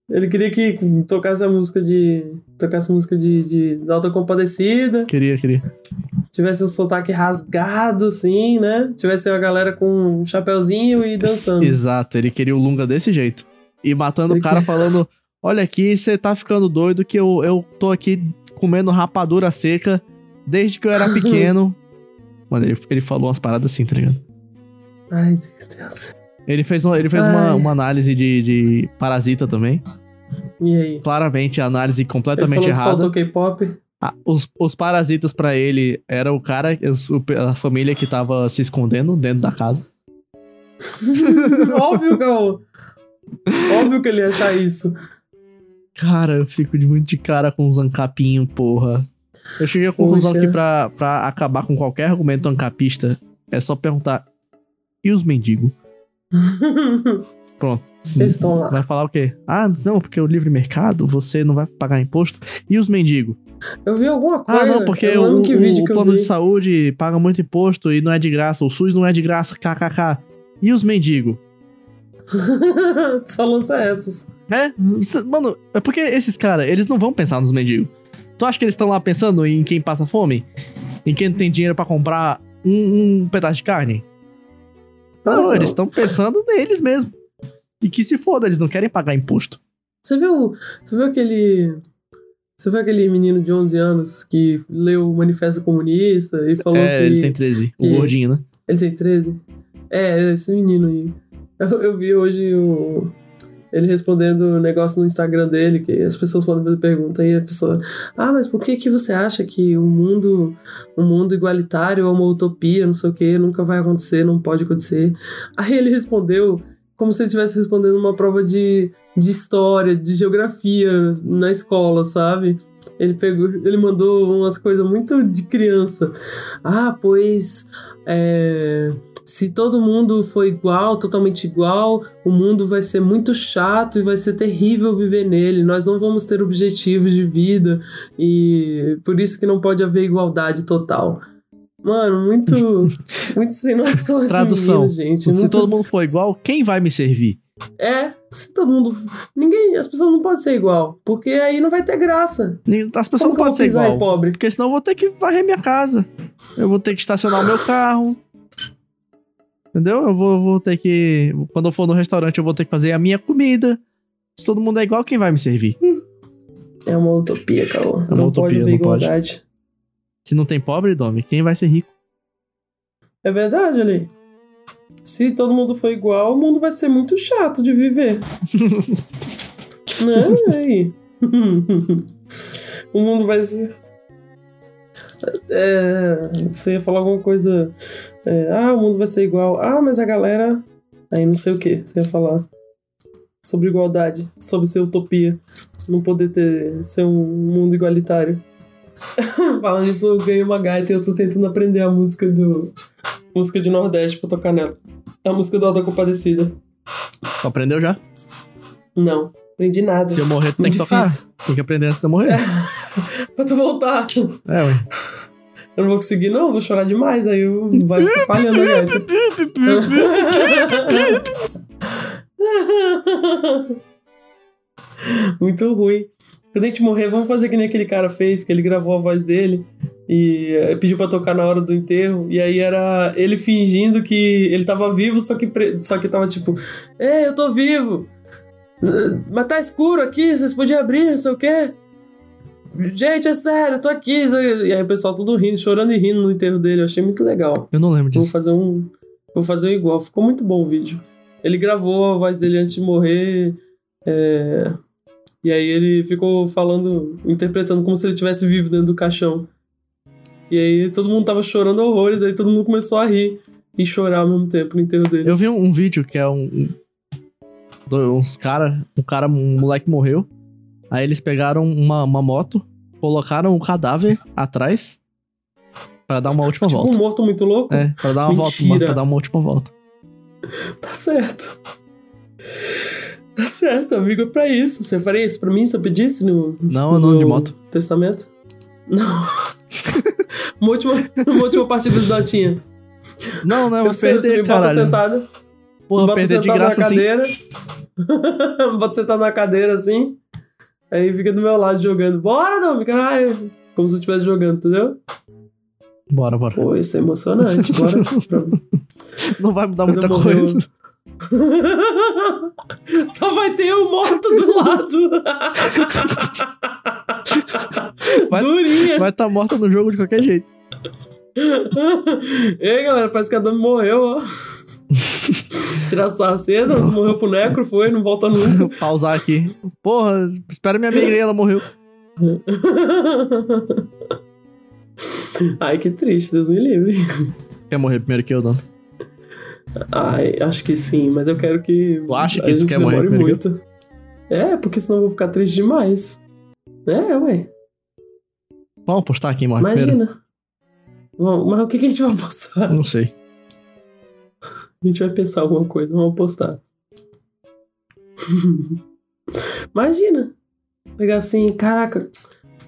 S2: Ele queria que tocasse a música de. Tocasse música de, de da Alta Compadecida.
S1: Queria, queria.
S2: Tivesse um sotaque rasgado, assim, né? Tivesse uma galera com um chapéuzinho e dançando.
S1: Exato, ele queria o Lunga desse jeito. E matando o
S2: Ele
S1: cara falando: Olha aqui, você tá ficando doido que eu, eu tô aqui comendo rapadura seca desde que eu
S2: [LAUGHS]
S1: era pequeno. Mano, ele, ele falou umas paradas assim, tá ligado?
S2: Ai, meu Deus.
S1: Ele fez, um- ele fez
S2: Ai.
S1: uma, uma análise de, de parasita também.
S2: E aí?
S1: Claramente, a análise completamente
S2: ele falou
S1: errada.
S2: que faltou K-pop.
S1: Ah, os, os parasitas pra ele era o cara, os- o- a família que tava se escondendo dentro da casa.
S2: Óbvio que eu... Óbvio que ele ia achar isso.
S1: Cara, eu fico de muito de cara com os ancapinhos, porra. Eu cheguei à conclusão
S2: Poxa.
S1: que pra, pra acabar com qualquer argumento ancapista, é só perguntar. E os
S2: [LAUGHS]
S1: mendigos? Pronto.
S2: Eles estão lá.
S1: Vai falar o quê? Ah, não, porque o livre mercado, você não vai pagar imposto. E os mendigos?
S2: Eu vi alguma coisa.
S1: Ah, não, porque
S2: eu
S1: o,
S2: lembro que
S1: o-
S2: vídeo
S1: o
S2: que eu
S1: plano
S2: vi.
S1: de saúde paga muito imposto e não é de graça. O SUS não é de graça, kkk. E os mendigos?
S2: [LAUGHS] Só lança essas.
S1: É? Cê- Mano, é porque esses caras, eles não vão pensar nos mendigos. Tu acha que eles estão lá pensando em quem passa fome? Em quem não tem dinheiro pra comprar um, um pedaço de carne? Não,
S2: Ah,
S1: eles estão pensando neles mesmo. E que se foda, eles não querem pagar imposto.
S2: Você viu, você viu aquele... Você viu aquele menino de 11 anos que leu o Manifesto Comunista e falou
S1: É,
S2: que...
S1: ele tem 13, o
S2: que-
S1: gordinho, né?
S2: Ele tem 13? É, esse menino aí. Eu, eu vi hoje o. Ele respondendo o negócio no Instagram dele, que as pessoas podem fazer pergunta e a pessoa. Ah, mas por que, que você acha que um mundo, um mundo igualitário é uma utopia, não sei o que, nunca vai acontecer, não pode acontecer? Aí ele respondeu como se ele estivesse respondendo uma prova de, de história, de geografia na escola, sabe? Ele pegou, ele mandou umas coisas muito de criança. Ah, pois é, se todo mundo for igual, totalmente igual, o mundo vai ser muito chato e vai ser terrível viver nele. Nós não vamos ter objetivos de vida e por isso que não pode haver igualdade total. Mano, muito, muito sem noção assim, esse
S1: Tradução.
S2: menino, gente.
S1: Se
S2: Muito-
S1: todo mundo for igual, quem vai me servir?
S2: É, se todo mundo, ninguém, as pessoas não podem ser igual, porque aí não vai ter graça.
S1: Nem- As pessoas
S2: Como
S1: não
S2: que eu
S1: podem
S2: vou
S1: ser
S2: pisar
S1: igual.
S2: em pobre?
S1: Porque senão eu vou ter que varrer minha casa. Eu vou ter que estacionar o meu carro. Entendeu? Eu vou, vou ter que. Quando eu for no restaurante, eu vou ter que fazer a minha comida. Se todo mundo é igual, quem vai me servir?
S2: É uma utopia, Caô.
S1: É uma
S2: não
S1: utopia,
S2: pode haver
S1: não pode.
S2: igualdade.
S1: Se não tem pobre, Domi, quem vai ser rico?
S2: É verdade, ali. Se todo mundo for igual, o mundo vai ser muito chato de viver. né? E aí? [LAUGHS] o mundo vai ser. É, você ia falar alguma coisa. é, ah, o mundo vai ser igual. Ah, mas a galera. Aí não sei o que você ia falar. Sobre igualdade, sobre ser utopia. Não poder ter, ser um mundo igualitário. [LAUGHS] Falando isso, eu ganhei uma gaita e eu tô tentando aprender a música do, música de Nordeste pra tocar nela. É a música do Alta Compadecida.
S1: Aprendeu já?
S2: Não, aprendi nada.
S1: Se eu morrer, tu tem
S2: Muito
S1: que tocar.
S2: difícil.
S1: Tem que aprender antes de eu morrer.
S2: Pra tu voltar. [LAUGHS]
S1: É, ué.
S2: Eu não vou conseguir, não, vou chorar demais. Aí eu vai ficar falhando né? Então, a gaita. [LAUGHS] Muito ruim. Quando a gente morrer, vamos fazer que nem aquele cara fez, que ele gravou a voz dele e eh, pediu pra tocar na hora do enterro. E aí era ele fingindo que ele tava vivo, só que, pre- só que tava tipo: Ei, eu tô vivo! Eh, Mas tá escuro aqui, vocês podiam abrir, não sei o quê. Gente, é sério, eu tô aqui. E aí o pessoal todo rindo, chorando e rindo no enterro dele. Eu achei muito legal.
S1: Eu não lembro
S2: Vou
S1: disso.
S2: fazer um. Vou fazer um igual. Ficou muito bom o vídeo. Ele gravou a voz dele antes de morrer. é, E aí ele ficou falando, interpretando como se ele estivesse vivo dentro do caixão. E aí todo mundo tava chorando horrores, aí todo mundo começou a rir e chorar ao mesmo tempo no enterro dele.
S1: Eu vi um, um vídeo que é um. um- do- uns cara. Um cara, um moleque morreu. Aí eles pegaram uma, uma moto, colocaram o cadáver atrás pra dar uma última
S2: tipo
S1: volta.
S2: um morto muito louco?
S1: É, pra dar uma volta,
S2: Mentira.
S1: mano, pra dar uma última volta.
S2: Tá certo. [LAUGHS] Tá certo, amigo, é pra isso. Você faria isso pra mim se eu pedisse no,
S1: Não, eu não
S2: No
S1: ando de moto.
S2: Testamento? Não. [LAUGHS] uma, última, uma última partida de Dotinha.
S1: Não, não, eu,
S2: eu sei, você
S1: perder,
S2: me bota
S1: caralho.
S2: sentada.
S1: Porra,
S2: bota
S1: perder de
S2: sentado
S1: graça
S2: na
S1: assim.
S2: cadeira. [LAUGHS] bota sentado na cadeira assim. Aí fica do meu lado jogando. Bora, Domi, caralho. Como se eu estivesse jogando, entendeu?
S1: Bora, bora.
S2: Pô, isso é emocionante. Bora. [LAUGHS]
S1: Não vai mudar
S2: Quando
S1: muita
S2: eu morrer,
S1: coisa.
S2: Só vai ter eu morto do lado. [LAUGHS]
S1: Vai-
S2: Durinha.
S1: Vai estar tá morta no jogo de qualquer
S2: [LAUGHS]
S1: jeito.
S2: Ei, galera, parece que a Domi morreu,
S1: [LAUGHS]
S2: ó. Tirar sarra cedo, morreu pro necro, foi, não volta
S1: [LAUGHS]
S2: nunca.
S1: Vou Pausar aqui. Porra, espera minha amiga aí, ela morreu.
S2: Ai, que triste, Deus me livre.
S1: Quer morrer primeiro que eu, não?
S2: Ai, acho que sim, mas eu quero que.
S1: Tu acha
S2: a
S1: que tu
S2: gente
S1: quer morrer
S2: demore
S1: primeiro
S2: muito. É, porque senão eu vou ficar triste demais. É, ué.
S1: Vamos postar aqui, morre primeiro?
S2: Imagina. Bom, mas o que, que a gente vai postar?
S1: Não sei.
S2: A gente vai pensar alguma coisa, vamos postar. [LAUGHS] Imagina. Pegar assim, caraca,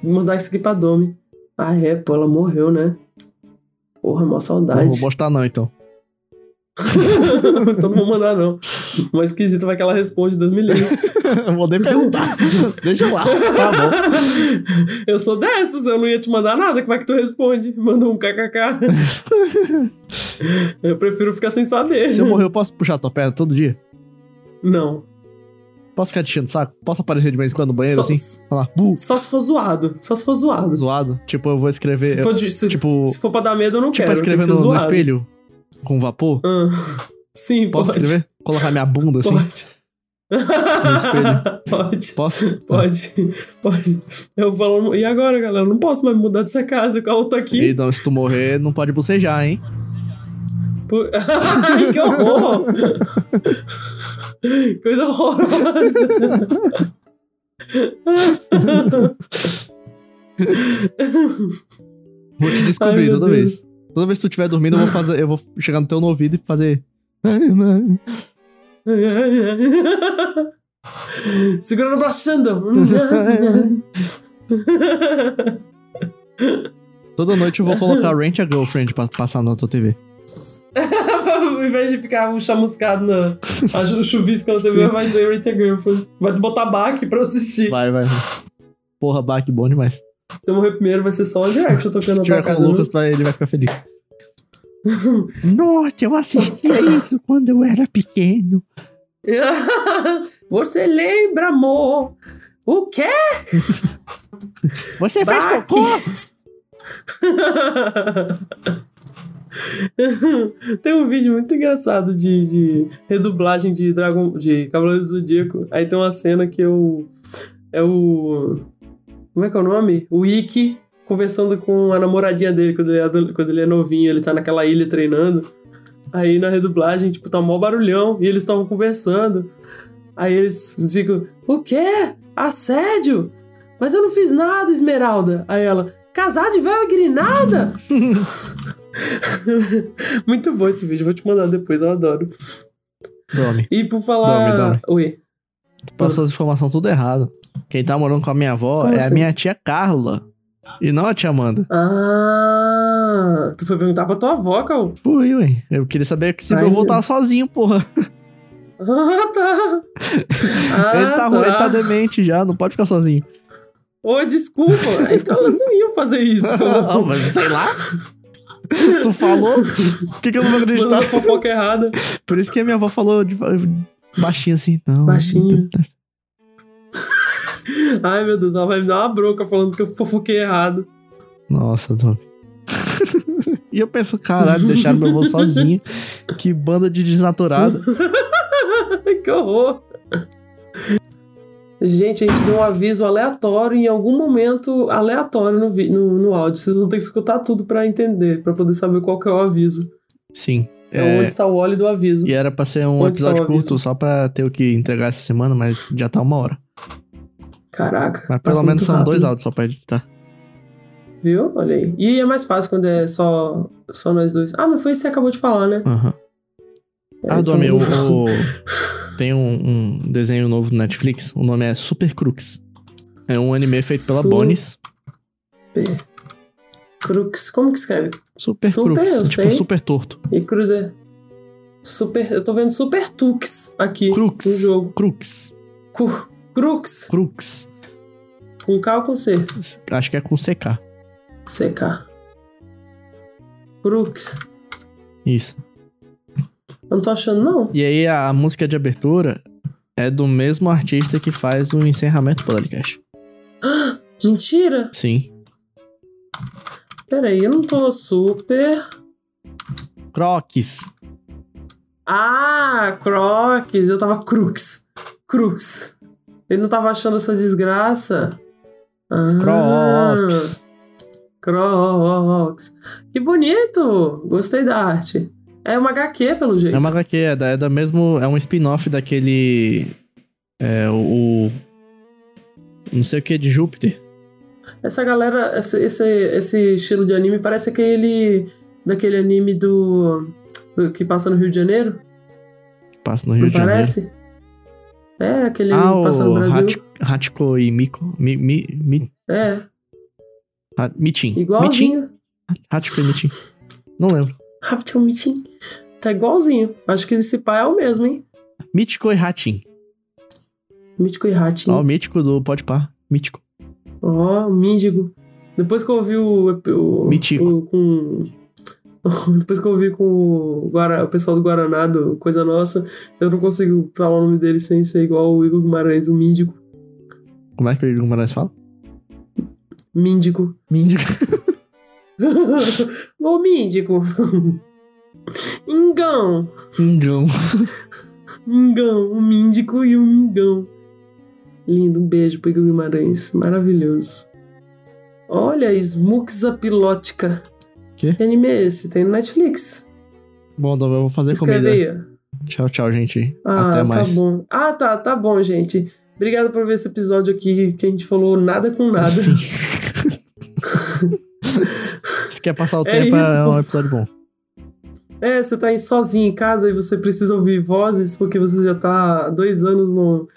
S2: vou mandar isso aqui pra Domi. Ah, é, pô, ela morreu, né? Porra,
S1: Não
S2: mó
S1: vou
S2: saudade.
S1: postar não, então.
S2: [LAUGHS] então não vou mandar, não. Mas esquisito vai que ela responde, Deus
S1: [LAUGHS]
S2: me livre.
S1: Eu vou nem
S2: [LAUGHS]
S1: perguntar. Deixa lá. Tá bom.
S2: eu sou dessas, eu não ia te mandar nada. Como é que tu responde? Manda
S1: [LAUGHS]
S2: um kkk. eu prefiro ficar sem saber.
S1: Se eu morrer, eu posso puxar tua perna todo dia?
S2: Não.
S1: Posso ficar te enchendo o saco? Posso aparecer de vez em quando no banheiro,
S2: Só-
S1: assim? Falar, bu,
S2: Só se for zoado. Só se for zoado.
S1: zoado. Tipo, eu vou escrever...
S2: Se
S1: eu-
S2: for, de- se,
S1: tipo,
S2: se for pra dar medo, eu não
S1: tipo
S2: quero. tem que
S1: escrever
S2: ser
S1: no, no
S2: zoado.
S1: espelho com vapor.
S2: Ah. [LAUGHS] Sim,
S1: Posso
S2: pode.
S1: escrever? Colocar minha bunda, assim?
S2: Pode.
S1: espelho.
S2: [LAUGHS] Pode.
S1: Posso?
S2: Pode. Pode. Eu falo. E agora, galera? Eu Não posso mais mudar dessa casa. O carro tá
S1: E
S2: aqui.
S1: então, se tu morrer, não pode bucejar, hein?
S2: Por- [LAUGHS] Ai, que horror! [LAUGHS] Coisa horrorosa. [LAUGHS]
S1: Vou te
S2: Ai,
S1: descobrir
S2: meu
S1: toda
S2: Deus.
S1: vez. Toda vez que tu estiver dormindo, eu vou fazer. Eu vou chegar no teu no ouvido e fazer. Ai, mano.
S2: [LAUGHS] Segura no braço,
S1: [LAUGHS]
S2: Sandro.
S1: Toda noite eu vou
S2: [LAUGHS]
S1: colocar Rent a Girlfriend pra passar na tua TV.
S2: Ao invés de ficar um chamuscado na a chu- chuvisca na TV,
S1: Sim.
S2: vai ser Rent a Girlfriend. Vai botar back pra assistir.
S1: Vai, vai. Porra, Bach, bom demais.
S2: Se eu morrer primeiro, vai ser só o Direct eu
S1: Se
S2: tocando na tua
S1: tiver com
S2: casa.
S1: o Lucas, vai- ele vai ficar [LAUGHS] feliz. Nossa, eu assistia isso quando eu era pequeno.
S2: né? [LAUGHS] Você lembra, amor? O quê?
S1: Você
S2: Bach! [LAUGHS] tem um vídeo muito engraçado de, de redublagem de Dragon de Cavaleiro do Zodíaco. Aí tem uma cena que eu é o como é que é o nome? O Ikki conversando com a namoradinha dele quando ele, é adole- quando ele é novinho, ele tá naquela ilha treinando. Aí na redublagem, tipo, tá mó barulhão e eles estavam conversando. Aí eles ficam, o quê? Assédio? Mas eu não fiz nada, Esmeralda. Aí ela, casar de véu e grinalda? [LAUGHS] Muito bom esse vídeo, vou te mandar depois, eu adoro.
S1: Dome,
S2: E por falar.
S1: Dome, Dome.
S2: Oi.
S1: tu passou as informações tudo errado. Quem tá morando com a minha avó
S2: Como
S1: é a
S2: assim?
S1: minha tia Carla. E não a tia Amanda.
S2: Ah, tu foi perguntar pra tua avó, Cal.
S1: Fui, ué. Eu queria saber que se
S2: Ai,
S1: eu voltar sozinho, porra.
S2: [LAUGHS] Ah, tá. Ah,
S1: ele, tá, ru- ele tá demente já, não pode ficar sozinho.
S2: Ô, desculpa. Então elas não iam
S1: [LAUGHS]
S2: fazer isso.
S1: [LAUGHS] Ah,
S2: Como...
S1: mas sei lá. tu [LAUGHS] falou? Por que, que eu não vou acreditar?
S2: Mandando fofoca errada.
S1: Por isso que a minha avó falou de- baixinho assim. Não,
S2: Baixinho. Ai, meu Deus, ela vai me dar uma bronca falando que eu fofoquei errado.
S1: Nossa, Dom. [LAUGHS] e eu penso, caralho, deixaram meu avô sozinho. Que banda de desnaturado.
S2: que horror. Gente, a gente deu um aviso aleatório em algum momento aleatório no, vi- no, no áudio. Vocês vão ter que escutar tudo pra entender, pra poder saber qual que é o aviso.
S1: Sim.
S2: É,
S1: é,
S2: onde está o óleo do aviso.
S1: e era pra ser um
S2: Onde
S1: episódio
S2: só o aviso?
S1: curto, só pra ter o que entregar essa semana, mas já tá uma hora.
S2: Caraca.
S1: Mas
S2: passa
S1: pelo menos
S2: muito
S1: são dois
S2: rápido,
S1: áudios só pra editar.
S2: Viu? Olha aí. E é mais fácil quando é só, só nós dois. Ah, mas foi isso que você acabou de falar, né?
S1: Aham. Ah,
S2: então-
S1: Domi, o, o- tem um, um desenho novo no Netflix, o nome é Super Crux. É um anime feito pela
S2: Su-
S1: Bones.
S2: Crux. Como que escreve?
S1: Super,
S2: Super,
S1: Crux,
S2: eu
S1: tipo
S2: sei.
S1: super torto.
S2: E Cruze. Super. Eu tô vendo Super Tux aqui
S1: Crux,
S2: no um jogo.
S1: Crux,
S2: Cu- Crux.
S1: Crux.
S2: Com K ou com C?
S1: Acho que é com CK.
S2: CK. Crux.
S1: Isso.
S2: Eu não tô achando, não.
S1: E aí a música de abertura é do mesmo artista que faz o encerramento do podcast.
S2: Mentira!
S1: Sim.
S2: Pera aí, eu não tô super.
S1: Crocs.
S2: Ah, Crocs. Eu tava Crux. Crux. Ele não tava achando essa desgraça. Ah,
S1: Crocs.
S2: Crocs. Que bonito! Gostei da arte. É uma HQ, pelo jeito.
S1: É uma HQ, é da, é da mesmo. É um spin-off daquele. É o. o- Não sei o que de Júpiter.
S2: Essa galera, esse, esse, esse estilo de anime parece aquele. daquele anime do, do- que passa no Rio de Janeiro,
S1: Que passa no Rio
S2: não
S1: de Janeiro.
S2: parece? É, aquele
S1: Ah,
S2: que passa no
S1: o
S2: Brasil.
S1: Hach- Hachiko e Miko. Mi, mi, mi,
S2: É,
S1: ha, Mitin. Mitin?
S2: igualzinho.
S1: Hachiko e Mitin. Não lembro.
S2: Rápido Mitin. Tá igualzinho. Acho que esse pai é o mesmo, hein?
S1: Mítico e Hatin.
S2: Mítico e Ratin.
S1: Ó, o
S2: Ó,
S1: mítico do Pode Par. Mítico.
S2: Míndigo. Depois que eu ouvi o. o
S1: Mítico.
S2: o- com. [LAUGHS] Depois que eu ouvi com o, Guara- o pessoal do Guaraná, do Coisa Nossa, eu não consigo falar o nome dele sem ser igual o Igor Guimarães, o Míndigo.
S1: Como é que o Igor Moraes fala?
S2: Míndico. [LAUGHS]
S1: Míndico.
S2: Ô, Míndico. [LAUGHS] Ingão.
S1: Ingão.
S2: Ingão. O um Míndico e o Mingão. Lindo. Um beijo pro Igor Guimarães. Maravilhoso. Olha, Smuxa Pilótica.
S1: Quê?
S2: Que anime é esse? Tem no Netflix.
S1: Bom, Dom, eu vou fazer
S2: Escreve
S1: comida.
S2: aí. ó.
S1: Tchau, tchau, gente.
S2: Ah,
S1: Até
S2: tá
S1: mais.
S2: bom. Ah, tá. Tá bom, gente. Obrigado por ver esse [LAUGHS] episódio aqui que a gente falou nada com nada.
S1: Sim. quer passar o
S2: É
S1: tempo,
S2: isso,
S1: é
S2: pô.
S1: um episódio bom.
S2: É, você tá aí sozinho em casa e você precisa ouvir vozes porque você já tá há dois anos no,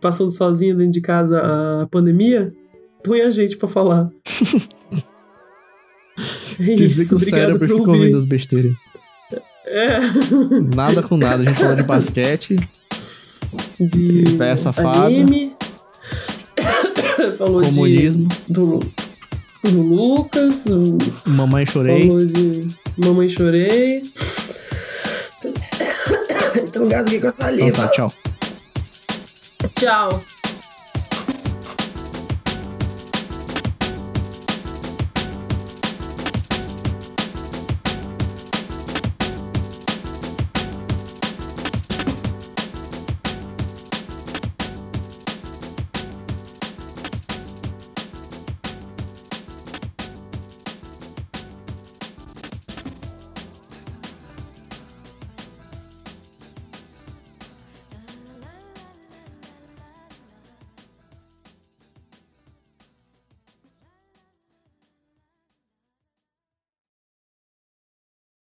S2: passando sozinho dentro de casa a pandemia. Põe a gente
S1: [LAUGHS]
S2: pra falar. É
S1: Dizer que
S2: isso,
S1: o
S2: obrigado
S1: cérebro
S2: por
S1: ficou
S2: ouvir.
S1: ouvindo as besteiras. [LAUGHS]
S2: É.
S1: Nada com nada, a gente falou de basquete.
S2: De
S1: Pé safado.
S2: anime. [COUGHS] Falou
S1: Comunismo,
S2: de do, do Lucas, do-
S1: mamãe chorei.
S2: falou de Mamãe Chorei. [COUGHS] Então gasguei com
S1: Então
S2: a saliva.
S1: tá, tchau.
S2: Tchau.